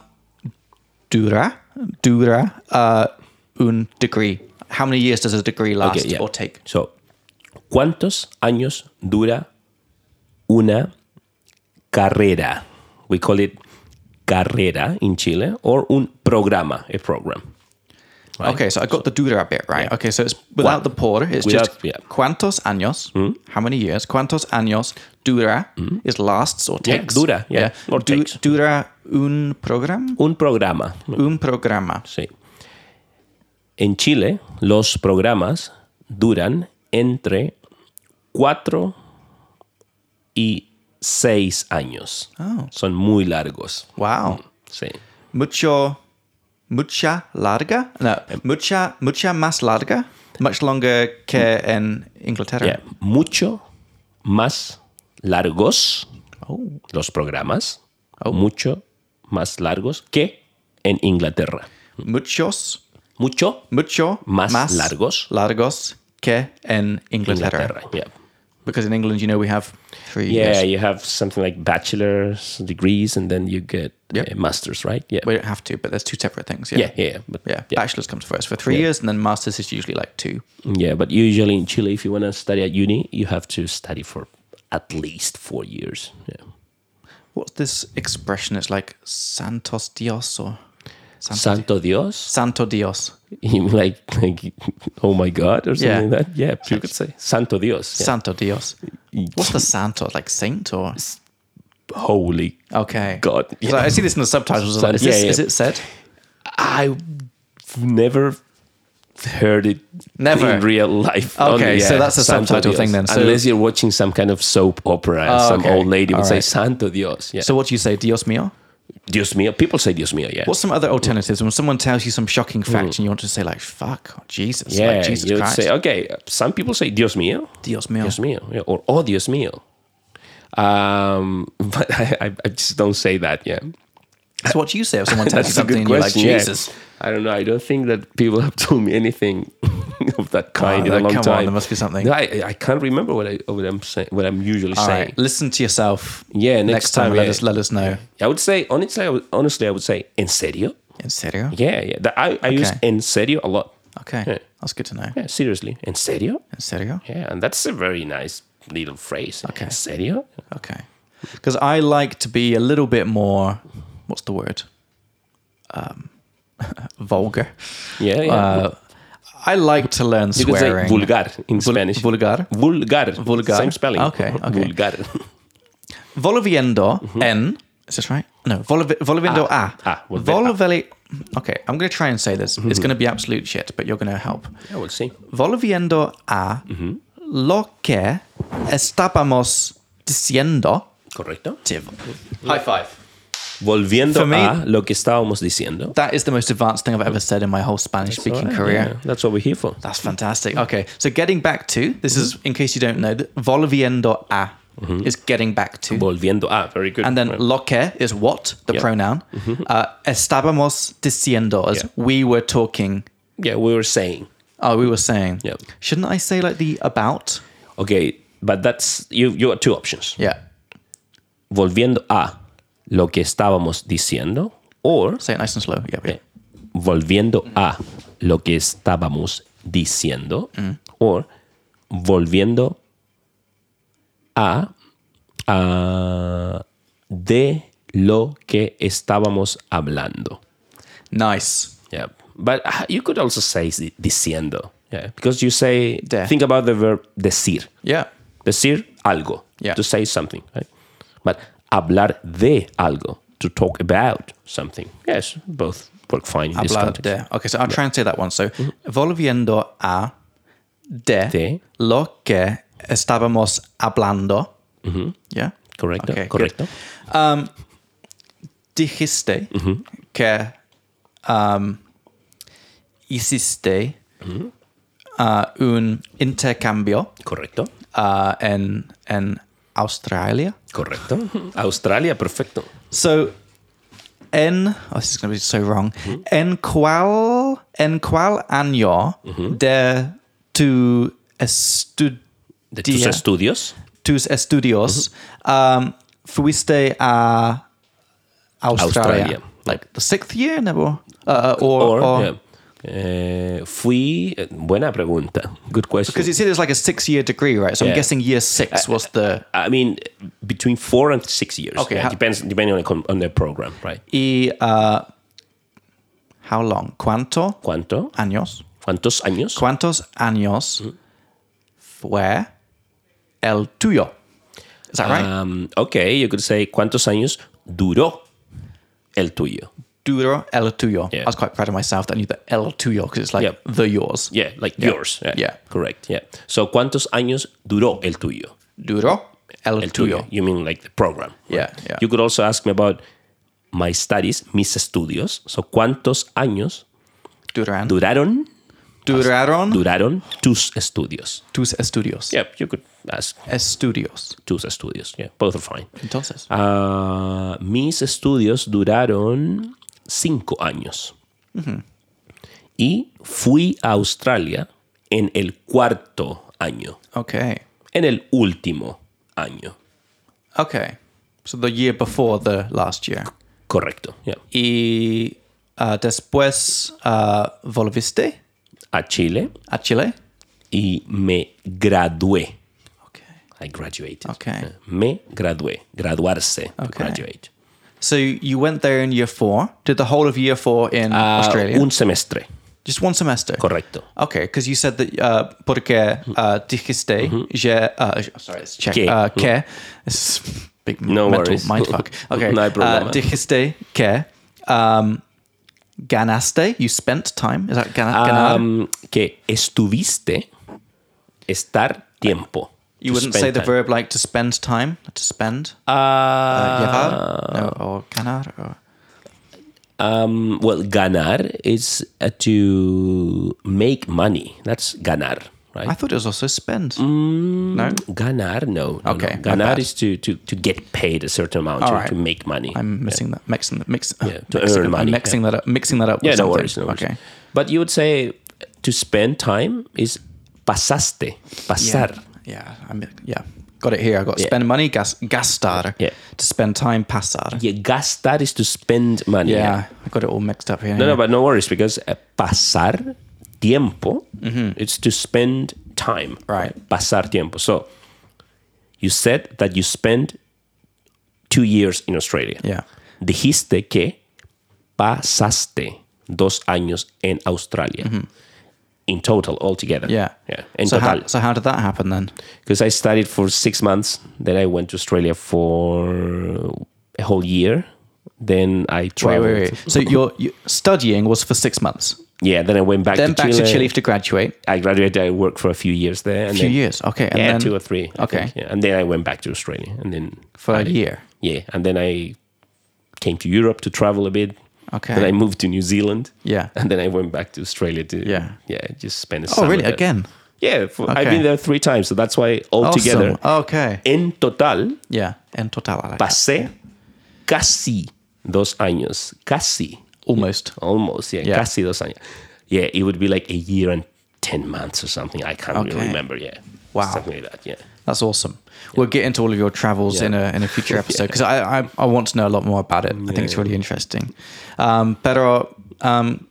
Speaker 1: dura, dura uh, un degree? How many years does a degree last
Speaker 2: Okay, yeah.
Speaker 1: or take?
Speaker 2: So, ¿cuántos años dura una carrera? We call it carrera in Chile or un programa, a program. Right.
Speaker 1: Okay, so I got the dura bit right. Okay, so it's without the por, it's just
Speaker 2: Without- yeah. Mm.
Speaker 1: cuántos años, how many years, cuántos años dura is lasts or
Speaker 2: Yeah,
Speaker 1: takes.
Speaker 2: dura, yeah, or takes.
Speaker 1: Dura un program,
Speaker 2: Un programa.
Speaker 1: un programa.
Speaker 2: Sí. En Chile, los programas duran entre 4 y 6 años. Son muy largos.
Speaker 1: Wow.
Speaker 2: Sí.
Speaker 1: mucho mucha larga no mucha mucha más larga much longer que en Inglaterra
Speaker 2: Yeah, Mucho más largos
Speaker 1: oh
Speaker 2: los programas. Mucho más largos que en Inglaterra.
Speaker 1: muchos
Speaker 2: Mucho
Speaker 1: mucho
Speaker 2: Más largos.
Speaker 1: largos que en Inglaterra.
Speaker 2: Inglaterra. yeah.
Speaker 1: because in England you know we have three
Speaker 2: Yeah,
Speaker 1: years
Speaker 2: you have something like bachelor's degrees and then you get
Speaker 1: Yep.
Speaker 2: a master's, right? Yeah.
Speaker 1: we don't have to but there's two separate things yeah
Speaker 2: Yeah, yeah, yeah. But,
Speaker 1: Yeah,
Speaker 2: yeah.
Speaker 1: bachelor's comes first for three years, and then master's is usually like two.
Speaker 2: Yeah, but usually in Chile, if you want to study at uni, you have to study for at least four years. Yeah.
Speaker 1: What's this expression? It's like Santos Dios or Santo,
Speaker 2: Santo Dios,
Speaker 1: Santo Dios.
Speaker 2: like, like, oh my God, or something
Speaker 1: Yeah.
Speaker 2: like that. Yeah, you could say Santo Dios, yeah.
Speaker 1: Santo Dios. What's the Santo? Like saint or?
Speaker 2: holy.
Speaker 1: Okay.
Speaker 2: God,
Speaker 1: So I see this in the subtitles. I was like, is,
Speaker 2: Yeah,
Speaker 1: this,
Speaker 2: yeah.
Speaker 1: is it said?
Speaker 2: I've never heard it
Speaker 1: Never.
Speaker 2: in real life.
Speaker 1: Okay,
Speaker 2: Only,
Speaker 1: so
Speaker 2: yeah,
Speaker 1: that's a
Speaker 2: Santo
Speaker 1: subtitle
Speaker 2: Dios.
Speaker 1: thing then. So-
Speaker 2: Unless you're watching some kind of soap opera, and
Speaker 1: Oh,
Speaker 2: some
Speaker 1: okay.
Speaker 2: old lady would
Speaker 1: All
Speaker 2: say
Speaker 1: right.
Speaker 2: Santo Dios. Yeah.
Speaker 1: So what do you say? Dios mío?
Speaker 2: Dios mío. People say Dios mío. Yeah.
Speaker 1: What's some other alternatives when someone tells you some shocking fact and you want to say like fuck or Jesus,
Speaker 2: Mm. yeah.
Speaker 1: like Jesus
Speaker 2: you would
Speaker 1: Christ,
Speaker 2: say oh, okay. Some people say Dios mío.
Speaker 1: Dios mío.
Speaker 2: Dios mío, yeah, or oh Dios mío. Um, but I, I- I just don't say that. Yeah,
Speaker 1: So what do you say if someone tells you
Speaker 2: that's a
Speaker 1: something
Speaker 2: good
Speaker 1: and you're like
Speaker 2: question. yeah.
Speaker 1: Jesus?
Speaker 2: I don't know. I don't think that people have told me anything of that kind in
Speaker 1: that-
Speaker 2: a long
Speaker 1: Oh, come on,
Speaker 2: time.
Speaker 1: there must be something.
Speaker 2: No, I, I can't remember what I what I'm saying. What I'm usually
Speaker 1: All
Speaker 2: saying.
Speaker 1: right, listen to yourself.
Speaker 2: Yeah, next
Speaker 1: time,
Speaker 2: time,
Speaker 1: let
Speaker 2: yeah.
Speaker 1: us let us know.
Speaker 2: I would say honestly. I would, honestly, I would say en serio.
Speaker 1: In serio?
Speaker 2: Yeah, yeah. That- I, I use
Speaker 1: Okay.
Speaker 2: en serio a lot.
Speaker 1: Okay,
Speaker 2: Yeah.
Speaker 1: that's good to know.
Speaker 2: Yeah, seriously, en serio.
Speaker 1: In serio?
Speaker 2: Yeah, and that's a very nice little phrase. Okay. En serio.
Speaker 1: Okay, because I like to be a little bit more. What's the word? Um, vulgar.
Speaker 2: Yeah, yeah.
Speaker 1: Uh, I like to learn
Speaker 2: You could say
Speaker 1: swearing.
Speaker 2: vulgar in Spanish.
Speaker 1: vulgar?
Speaker 2: Vulgar.
Speaker 1: Vulgar.
Speaker 2: Same spelling.
Speaker 1: Okay, okay.
Speaker 2: Vulgar.
Speaker 1: Volviendo en. Is this right? No. volv- Volviendo
Speaker 2: Mm-hmm. Ah.
Speaker 1: a.
Speaker 2: Ah, Mm-hmm. volver a.
Speaker 1: Volveli. Okay, I'm going to try and say this. It's going to be absolute shit, but you're going to help.
Speaker 2: Yeah, we'll see.
Speaker 1: Volviendo a
Speaker 2: Mm-hmm.
Speaker 1: lo que estábamos diciendo.
Speaker 2: Correcto.
Speaker 1: High five.
Speaker 2: Volviendo
Speaker 1: For me-
Speaker 2: a lo que estábamos diciendo.
Speaker 1: That is the most advanced thing I've ever said in my whole Spanish speaking
Speaker 2: Alright,
Speaker 1: career.
Speaker 2: yeah, that's what we're here for.
Speaker 1: That's fantastic. Okay, so getting back to
Speaker 2: Mm-hmm.
Speaker 1: this is in case you don't know, th- volviendo a is getting back to,
Speaker 2: Volviendo a. Very good.
Speaker 1: and then
Speaker 2: Right.
Speaker 1: lo que is what the
Speaker 2: Yeah. Mm-hmm.
Speaker 1: pronoun. Uh, estábamos diciendo as
Speaker 2: Yeah.
Speaker 1: we were talking.
Speaker 2: yeah, we were saying.
Speaker 1: Oh, we were saying.
Speaker 2: Yeah.
Speaker 1: Shouldn't I say like the about?
Speaker 2: Okay, but that's you. You got two options.
Speaker 1: Yeah.
Speaker 2: Volviendo a lo que estábamos diciendo, or
Speaker 1: Say it nice and slow. Yeah. yeah.
Speaker 2: eh, volviendo a lo que estábamos diciendo,
Speaker 1: Mm.
Speaker 2: or volviendo a, a de lo que estábamos hablando.
Speaker 1: Nice.
Speaker 2: Yeah, but uh, you could also say si- diciendo. Yeah, because you say
Speaker 1: De.
Speaker 2: think about the verb decir.
Speaker 1: Yeah.
Speaker 2: decir algo,
Speaker 1: Yeah.
Speaker 2: to say something, right? But hablar de algo, to talk about something. Yes, both work fine in this
Speaker 1: Hablar
Speaker 2: context.
Speaker 1: de. Okay, so I'll try and say that one. So volviendo a de,
Speaker 2: Mm-hmm. De.
Speaker 1: lo que estábamos hablando.
Speaker 2: Mm-hmm.
Speaker 1: Yeah.
Speaker 2: Correcto,
Speaker 1: Okay, good.
Speaker 2: correcto.
Speaker 1: dijiste
Speaker 2: Mm-hmm.
Speaker 1: que um, hiciste
Speaker 2: Mm-hmm.
Speaker 1: ah, un intercambio
Speaker 2: Correcto,
Speaker 1: ah, en, en Australia.
Speaker 2: correcto. Australia, perfecto.
Speaker 1: So, en, oh, this is going to be so wrong.
Speaker 2: Mm-hmm.
Speaker 1: En cual, en cual año
Speaker 2: Mm-hmm.
Speaker 1: de tu estu-
Speaker 2: De tus
Speaker 1: Día.
Speaker 2: estudios,
Speaker 1: tus estudios
Speaker 2: Mm-hmm.
Speaker 1: um, fuiste a Australia?
Speaker 2: Australia.
Speaker 1: Like the sixth year, never? Uh, or,
Speaker 2: or,
Speaker 1: or-
Speaker 2: yeah. Eh, fui. eh, Buena pregunta. Good question.
Speaker 1: Because you said it's like a six year degree, right? So
Speaker 2: Yeah.
Speaker 1: I'm
Speaker 2: Uh,
Speaker 1: guessing year six was the.
Speaker 2: I mean, between four and six years.
Speaker 1: Okay,
Speaker 2: Yeah,
Speaker 1: how-
Speaker 2: depends depending on the, com- on the program, right?
Speaker 1: Y, uh, how long? ¿Cuánto
Speaker 2: ¿Cuánto?
Speaker 1: años?
Speaker 2: ¿Cuántos años?
Speaker 1: ¿Cuántos años
Speaker 2: Mm-hmm.
Speaker 1: fue el tuyo? Is that right?
Speaker 2: Um, okay, you could say cuántos años duró el tuyo.
Speaker 1: Duro el tuyo.
Speaker 2: yeah.
Speaker 1: I was quite proud of myself that I knew the el tuyo because it's like
Speaker 2: Yeah.
Speaker 1: the yours.
Speaker 2: Yeah, like yours. Yeah,
Speaker 1: Yeah.
Speaker 2: correct. Yeah. So cuántos años duró el tuyo?
Speaker 1: Duro el,
Speaker 2: El
Speaker 1: tuyo.
Speaker 2: tuyo. You mean like the program?
Speaker 1: Yeah, yeah.
Speaker 2: You could also ask me about my studies, mis estudios. So cuántos años
Speaker 1: Duran.
Speaker 2: duraron
Speaker 1: Duraron
Speaker 2: duraron tus estudios?
Speaker 1: tus estudios.
Speaker 2: Yeah, you could ask
Speaker 1: Estudios.
Speaker 2: tus estudios. Yeah, both are fine.
Speaker 1: Entonces.
Speaker 2: Ah, mis estudios duraron cinco años. Y fui a Australia en el cuarto año,
Speaker 1: Okay.
Speaker 2: en el último año.
Speaker 1: Okay. So the year before the last year.
Speaker 2: Correcto. yeah.
Speaker 1: Y ah, después ah, volviste
Speaker 2: A Chile
Speaker 1: a Chile.
Speaker 2: y me gradué.
Speaker 1: Okay.
Speaker 2: I graduated. Ah,
Speaker 1: Okay.
Speaker 2: Me gradué. Graduarse. to
Speaker 1: Okay.
Speaker 2: Graduate.
Speaker 1: So you went there in year four. Did the whole of year four in
Speaker 2: Ah,
Speaker 1: Australia?
Speaker 2: Un semestre.
Speaker 1: Just one semester.
Speaker 2: Correcto.
Speaker 1: Okay, because you said that uh, porque uh, dijiste je, uh, sorry, it's Czech.
Speaker 2: Mm-hmm.
Speaker 1: Uh, que
Speaker 2: Que. Mm-hmm.
Speaker 1: this is big
Speaker 2: No
Speaker 1: mental
Speaker 2: worries.
Speaker 1: mindfuck. Okay,
Speaker 2: No hay
Speaker 1: uh,
Speaker 2: problema.
Speaker 1: dijiste que um, ganaste. You spent time. Is that gana, ganar?
Speaker 2: Um, que estuviste estar tiempo.
Speaker 1: you
Speaker 2: to
Speaker 1: wouldn't
Speaker 2: spend
Speaker 1: say the
Speaker 2: time.
Speaker 1: verb like to spend time to spend.
Speaker 2: Ah,
Speaker 1: Uh, llevar, no, or ganar. Or,
Speaker 2: Um, well, ganar is uh, to make money. That's ganar, right?
Speaker 1: I thought it was also spend.
Speaker 2: Mm.
Speaker 1: No,
Speaker 2: ganar, no. no,
Speaker 1: Okay,
Speaker 2: No.
Speaker 1: my bad.
Speaker 2: Ganar is to, to, to get paid a certain amount
Speaker 1: All
Speaker 2: to,
Speaker 1: right.
Speaker 2: to make money.
Speaker 1: I'm missing that. Mixing that. Mix,
Speaker 2: to
Speaker 1: mixing,
Speaker 2: earn
Speaker 1: I'm
Speaker 2: money,
Speaker 1: mixing that up. Mixing that up.
Speaker 2: yeah,
Speaker 1: with
Speaker 2: no
Speaker 1: something.
Speaker 2: worries, no worries.
Speaker 1: Okay.
Speaker 2: But you would say to spend time is pasaste, pasar.
Speaker 1: Yeah, I mean, yeah, got it here. I got spend money, gas, gastar.
Speaker 2: Yeah.
Speaker 1: To spend time, pasar.
Speaker 2: Yeah. gastar is to spend money.
Speaker 1: Yeah, I got it all mixed up here.
Speaker 2: No, no, but no worries because uh, pasar tiempo it's to spend time.
Speaker 1: Mm-hmm. Right.
Speaker 2: Pasar tiempo. So you said that you spent two years in Australia.
Speaker 1: Yeah.
Speaker 2: Dijiste que pasaste dos años en Australia. in total altogether.
Speaker 1: Mm-hmm. Yeah.
Speaker 2: yeah, in
Speaker 1: so,
Speaker 2: total.
Speaker 1: How, so how did that happen then?
Speaker 2: Because I studied for six months, then I went to Australia for a whole year. Then I
Speaker 1: Wait,
Speaker 2: traveled.
Speaker 1: wait, wait. So your, your studying was for six months,
Speaker 2: Yeah, then I went back.
Speaker 1: then
Speaker 2: to
Speaker 1: back
Speaker 2: Chile.
Speaker 1: to Chile to graduate.
Speaker 2: I graduated. I worked for a few years there. And
Speaker 1: A few
Speaker 2: then,
Speaker 1: years, okay, and
Speaker 2: yeah,
Speaker 1: then
Speaker 2: two or three. I
Speaker 1: Okay.
Speaker 2: think, yeah. and then I went back to Australia, and then
Speaker 1: for
Speaker 2: I-
Speaker 1: a year.
Speaker 2: Yeah, and then I came to Europe to travel a bit.
Speaker 1: Okay.
Speaker 2: Then I moved to New Zealand.
Speaker 1: Yeah. Oh,
Speaker 2: And then I went back to Australia to
Speaker 1: Yeah.
Speaker 2: yeah just spend a
Speaker 1: Oh,
Speaker 2: summer
Speaker 1: really?
Speaker 2: there.
Speaker 1: Again?
Speaker 2: Yeah, for, I've
Speaker 1: Okay.
Speaker 2: been there three times, so that's why altogether
Speaker 1: Awesome. Okay.
Speaker 2: en total
Speaker 1: Yeah. En total, I like that.
Speaker 2: pasé casi dos años, casi
Speaker 1: Almost.
Speaker 2: almost yeah,
Speaker 1: Yeah.
Speaker 2: casi dos años. Yeah, it would be like a year and ten months or something. I can't really
Speaker 1: Okay.
Speaker 2: remember. Yeah,
Speaker 1: Wow.
Speaker 2: something like that. Yeah.
Speaker 1: That's awesome. We'll get into all of your travels in a in a future episode because I, I I want to know a lot more about it. I think it's really interesting. Um, pero um,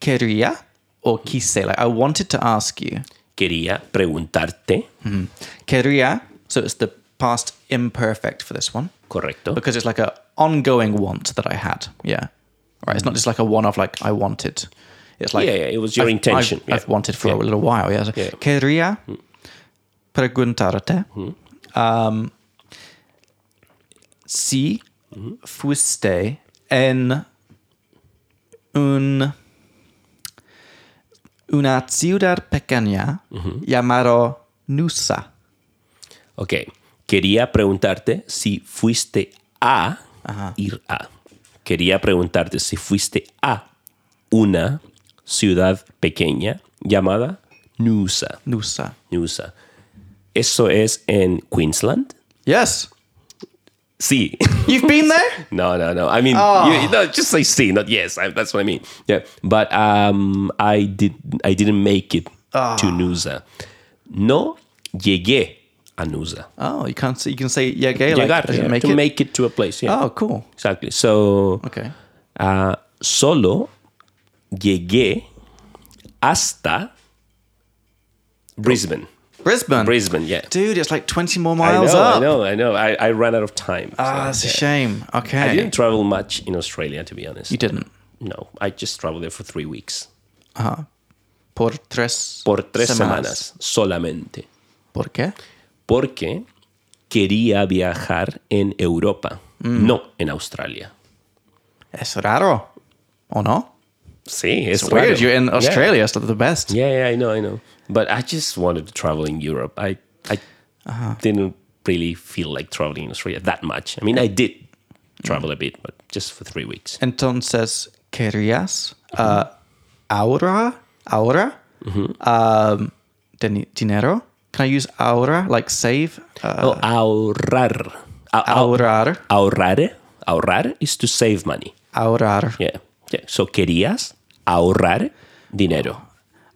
Speaker 1: quería or quise like I wanted to ask you
Speaker 2: Quería preguntarte,
Speaker 1: Hmm. quería. So it's the past imperfect for this one
Speaker 2: correcto.
Speaker 1: because it's like a ongoing want that I had. Yeah, right. It's not just like a one off like I wanted. It's like
Speaker 2: Yeah, yeah, it was your
Speaker 1: I've-
Speaker 2: intention,
Speaker 1: I've,
Speaker 2: yeah.
Speaker 1: I've wanted for a little while. Yeah. So,
Speaker 2: Yeah. Hmm.
Speaker 1: Quería preguntarte um, si
Speaker 2: Hmm.
Speaker 1: fuiste en un una ciudad pequeña
Speaker 2: Mm-hmm.
Speaker 1: llamado Nusa.
Speaker 2: Ok. Quería preguntarte si fuiste a ir a. Quería preguntarte si fuiste a una ciudad pequeña llamada Noosa.
Speaker 1: Nusa.
Speaker 2: Noosa. ¿Eso es en Queensland?
Speaker 1: Yes.
Speaker 2: Sí.
Speaker 1: You've been there?
Speaker 2: No, no, no. I mean,
Speaker 1: Oh.
Speaker 2: you, no, just say sí, not yes. I, that's what I mean. Yeah, but um, I did. I didn't make it
Speaker 1: Ah.
Speaker 2: to Noosa. No llegué a Noosa.
Speaker 1: Oh, you can't. Say, you can say yeah, gay. Like,
Speaker 2: llegar,
Speaker 1: does it
Speaker 2: yeah,
Speaker 1: make
Speaker 2: to
Speaker 1: it?
Speaker 2: make it to a place. Yeah,
Speaker 1: Oh, cool.
Speaker 2: exactly. So,
Speaker 1: Okay.
Speaker 2: ah, solo llegué hasta Brisbane.
Speaker 1: Brisbane.
Speaker 2: Brisbane, yeah.
Speaker 1: Dude, it's like 20 more
Speaker 2: I
Speaker 1: miles
Speaker 2: know,
Speaker 1: up.
Speaker 2: I know, I know. I, I ran out of time.
Speaker 1: Ah,
Speaker 2: so,
Speaker 1: that's a
Speaker 2: yeah.
Speaker 1: shame. Okay.
Speaker 2: I didn't travel much in Australia, to be honest.
Speaker 1: You didn't.
Speaker 2: No, I just traveled there for three weeks.
Speaker 1: Por tres.
Speaker 2: Por tres semanas solamente.
Speaker 1: ¿Por qué?
Speaker 2: Porque quería viajar en Europa,
Speaker 1: Mm.
Speaker 2: no en Australia.
Speaker 1: Es raro. ¿O no?
Speaker 2: Sí, es
Speaker 1: It's weird.
Speaker 2: raro.
Speaker 1: You're in
Speaker 2: Yeah.
Speaker 1: Australia. It's not the best.
Speaker 2: Yeah, yeah, I know, I know. But I just wanted to travel in Europe. I I
Speaker 1: Uh-huh.
Speaker 2: didn't really feel like traveling in Australia that much. I mean,
Speaker 1: Uh-huh.
Speaker 2: I did travel a bit, but just for three weeks.
Speaker 1: Entonces, ¿querías
Speaker 2: Mm-hmm.
Speaker 1: ah, ahora? ¿Ahora? um, deni- ¿Dinero? Can I use ahora? Like save? Uh,
Speaker 2: Oh, ahorrar. Ah, ah,
Speaker 1: ahorrar.
Speaker 2: ahorrar. Ahorrar is to save money.
Speaker 1: Ahorrar.
Speaker 2: Yeah. Yeah. So querías ahorrar dinero.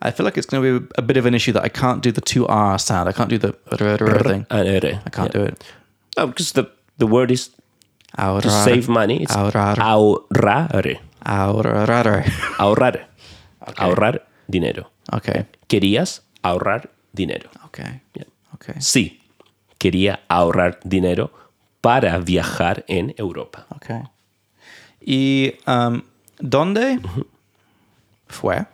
Speaker 1: I feel like it's going to be a bit of an issue that I can't do the two R sound. I can't do the r- r- r- Oh, thing.
Speaker 2: Ah, ere.
Speaker 1: I can't do
Speaker 2: Yeah.
Speaker 1: it.
Speaker 2: No, because the, the word is to
Speaker 1: Ahorrar.
Speaker 2: save money. It's
Speaker 1: Ahorrar.
Speaker 2: ahorrar.
Speaker 1: Ahorrar.
Speaker 2: Ahorrar. Ahorrar dinero.
Speaker 1: Okay.
Speaker 2: Querías ahorrar dinero.
Speaker 1: Okay.
Speaker 2: Yeah.
Speaker 1: Okay.
Speaker 2: Sí, quería ahorrar dinero para viajar en Europa.
Speaker 1: Okay. ¿Y um, dónde fue? Mm-hmm.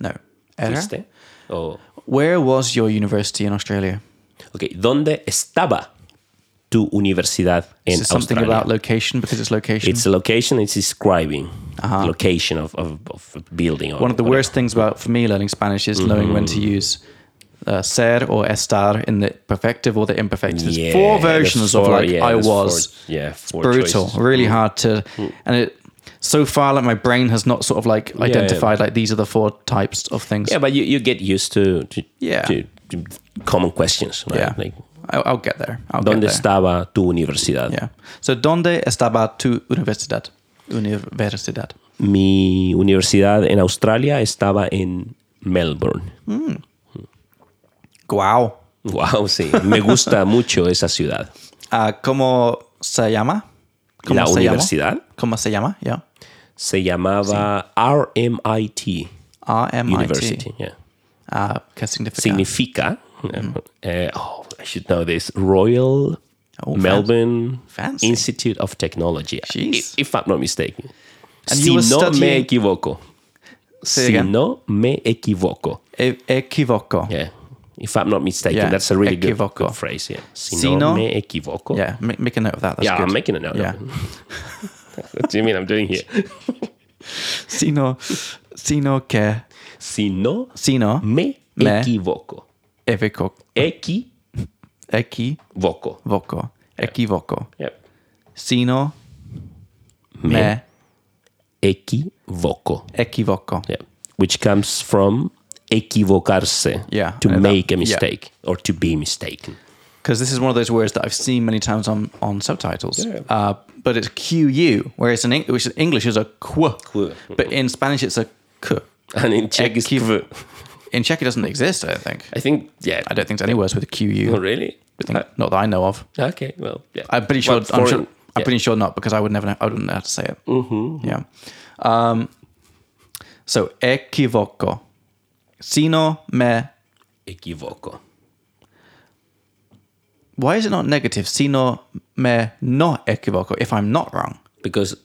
Speaker 1: No. Era?
Speaker 2: ¿Viste? O-
Speaker 1: Where was your university in Australia?
Speaker 2: ok, ¿dónde estaba tu universidad
Speaker 1: Is
Speaker 2: en
Speaker 1: it something
Speaker 2: Australia?
Speaker 1: about location because it's location?
Speaker 2: It's a location, it's describing location of, of, of a building. or
Speaker 1: One of the
Speaker 2: whatever. Mm.
Speaker 1: worst things about for me learning Spanish is knowing when to use uh, ser or estar in the perfective or the imperfective. There's
Speaker 2: Yeah,
Speaker 1: four
Speaker 2: there's
Speaker 1: versions of
Speaker 2: four-
Speaker 1: like
Speaker 2: yeah,
Speaker 1: I
Speaker 2: there's
Speaker 1: was.
Speaker 2: four- yeah, four
Speaker 1: brutal,
Speaker 2: choices. Mm.
Speaker 1: really hard to, and it so far like my brain has not sort of like identified like these are the four types of things.
Speaker 2: Yeah, but you, you get used to, to,
Speaker 1: Yeah.
Speaker 2: to, to common questions, right?
Speaker 1: yeah.
Speaker 2: Like,
Speaker 1: I'll, I'll get there. I'll
Speaker 2: ¿dónde
Speaker 1: get there.
Speaker 2: estaba tu universidad?
Speaker 1: Yeah. So donde estaba tu universidad? Universidad.
Speaker 2: Mi universidad en Australia estaba en Melbourne.
Speaker 1: Wow.
Speaker 2: Wow, sí. Me gusta mucho esa ciudad.
Speaker 1: Uh, ¿Cómo se llama? ¿Cómo
Speaker 2: La
Speaker 1: se llama?
Speaker 2: universidad
Speaker 1: ¿Cómo se llama? Yeah.
Speaker 2: se llamaba RMIT
Speaker 1: RMIT.
Speaker 2: University. yeah.
Speaker 1: Ah, ¿Qué significa?
Speaker 2: Significa,
Speaker 1: Mm.
Speaker 2: eh, oh, I should know this, Royal
Speaker 1: Oh, fancy.
Speaker 2: Melbourne
Speaker 1: Fancy.
Speaker 2: Institute of Technology,
Speaker 1: Jeez.
Speaker 2: i- if I'm not mistaken.
Speaker 1: And
Speaker 2: si
Speaker 1: you
Speaker 2: no
Speaker 1: were
Speaker 2: me
Speaker 1: studying-
Speaker 2: equivoco.
Speaker 1: Say
Speaker 2: si
Speaker 1: again.
Speaker 2: no me equivoco.
Speaker 1: E- equivoco.
Speaker 2: Yeah. If I'm not mistaken,
Speaker 1: Yeah,
Speaker 2: that's a really good,
Speaker 1: equivoco.
Speaker 2: good phrase. Yeah. Si,
Speaker 1: Si
Speaker 2: no
Speaker 1: no-
Speaker 2: me equivoco.
Speaker 1: Yeah, ma- make, a note of that. That's
Speaker 2: Yeah,
Speaker 1: good.
Speaker 2: I'm making a note.
Speaker 1: Yeah.
Speaker 2: what do you mean I'm doing here?
Speaker 1: sino, sino que,
Speaker 2: Si no
Speaker 1: sino
Speaker 2: me,
Speaker 1: Me.
Speaker 2: equivoco.
Speaker 1: equivoco,
Speaker 2: Equivoco.
Speaker 1: equivoco, equivoco.
Speaker 2: Yep.
Speaker 1: Sino
Speaker 2: Me,
Speaker 1: me
Speaker 2: equivoco.
Speaker 1: equivoco.
Speaker 2: Yeah. Which comes from equivocarse.
Speaker 1: Yeah,
Speaker 2: To
Speaker 1: I know that.
Speaker 2: make a
Speaker 1: Yeah.
Speaker 2: mistake or to be mistaken.
Speaker 1: Because this is one of those words that I've seen many times on, on subtitles.
Speaker 2: Yeah.
Speaker 1: Uh, but it's QU, whereas in Eng- which in English is a qu,
Speaker 2: Qu.
Speaker 1: but in Spanish it's a k.
Speaker 2: And in Czech is
Speaker 1: Equiv-
Speaker 2: kv.
Speaker 1: In Czech it doesn't exist, I don't think.
Speaker 2: I think, yeah.
Speaker 1: I don't think there's any words with a
Speaker 2: Oh,
Speaker 1: QU.
Speaker 2: really?
Speaker 1: Think- Not that I know of.
Speaker 2: Uh, okay, well, yeah.
Speaker 1: I'm pretty sure.
Speaker 2: Well,
Speaker 1: I'm,
Speaker 2: foreign-
Speaker 1: sure I'm
Speaker 2: yeah.
Speaker 1: pretty sure not because I would never. Know, I wouldn't know how to say it. Mm-hmm. Yeah. Um, so equivoco, sino me.
Speaker 2: Equivoco.
Speaker 1: Why is it not negative? Sino me no equivoco. If I'm not wrong.
Speaker 2: Because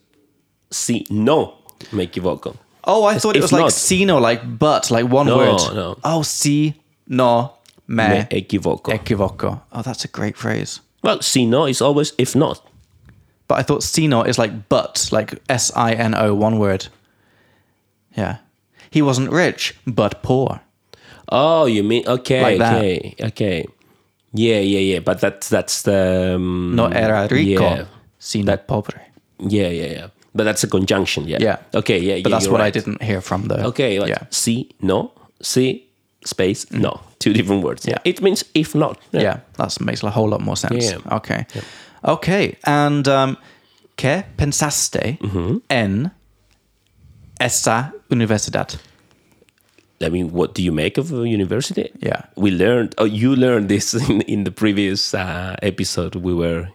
Speaker 2: si no me equivoco.
Speaker 1: Oh, I thought it
Speaker 2: if
Speaker 1: was like
Speaker 2: not.
Speaker 1: sino, like but, like one
Speaker 2: No,
Speaker 1: word.
Speaker 2: no.
Speaker 1: Oh, si no me,
Speaker 2: Me equivoco.
Speaker 1: equivoco. Oh, that's a great phrase.
Speaker 2: well, si no is always if not.
Speaker 1: But I thought sino is like but, like S I N O, one word. Yeah. He wasn't rich, but poor.
Speaker 2: Oh, you mean okay,
Speaker 1: Like that.
Speaker 2: okay, okay. Yeah, yeah, yeah. But that's that's the um,
Speaker 1: No era rico,
Speaker 2: Yeah,
Speaker 1: sino pobre.
Speaker 2: yeah, yeah, yeah. But that's a conjunction. Yeah.
Speaker 1: Yeah.
Speaker 2: Okay. Yeah.
Speaker 1: But that's what I didn't hear from the.
Speaker 2: Okay. Like,
Speaker 1: yeah. Mm.
Speaker 2: Si no si space no two different words.
Speaker 1: Yeah.
Speaker 2: It means if not.
Speaker 1: Yeah. That makes a whole lot more sense.
Speaker 2: Yeah.
Speaker 1: Okay. Okay. And um, que pensaste
Speaker 2: Mm-hmm.
Speaker 1: en esa universidad?
Speaker 2: I mean, what do you make of a university?
Speaker 1: Yeah.
Speaker 2: We learned, oh, you learned this in, in the previous uh, episode we were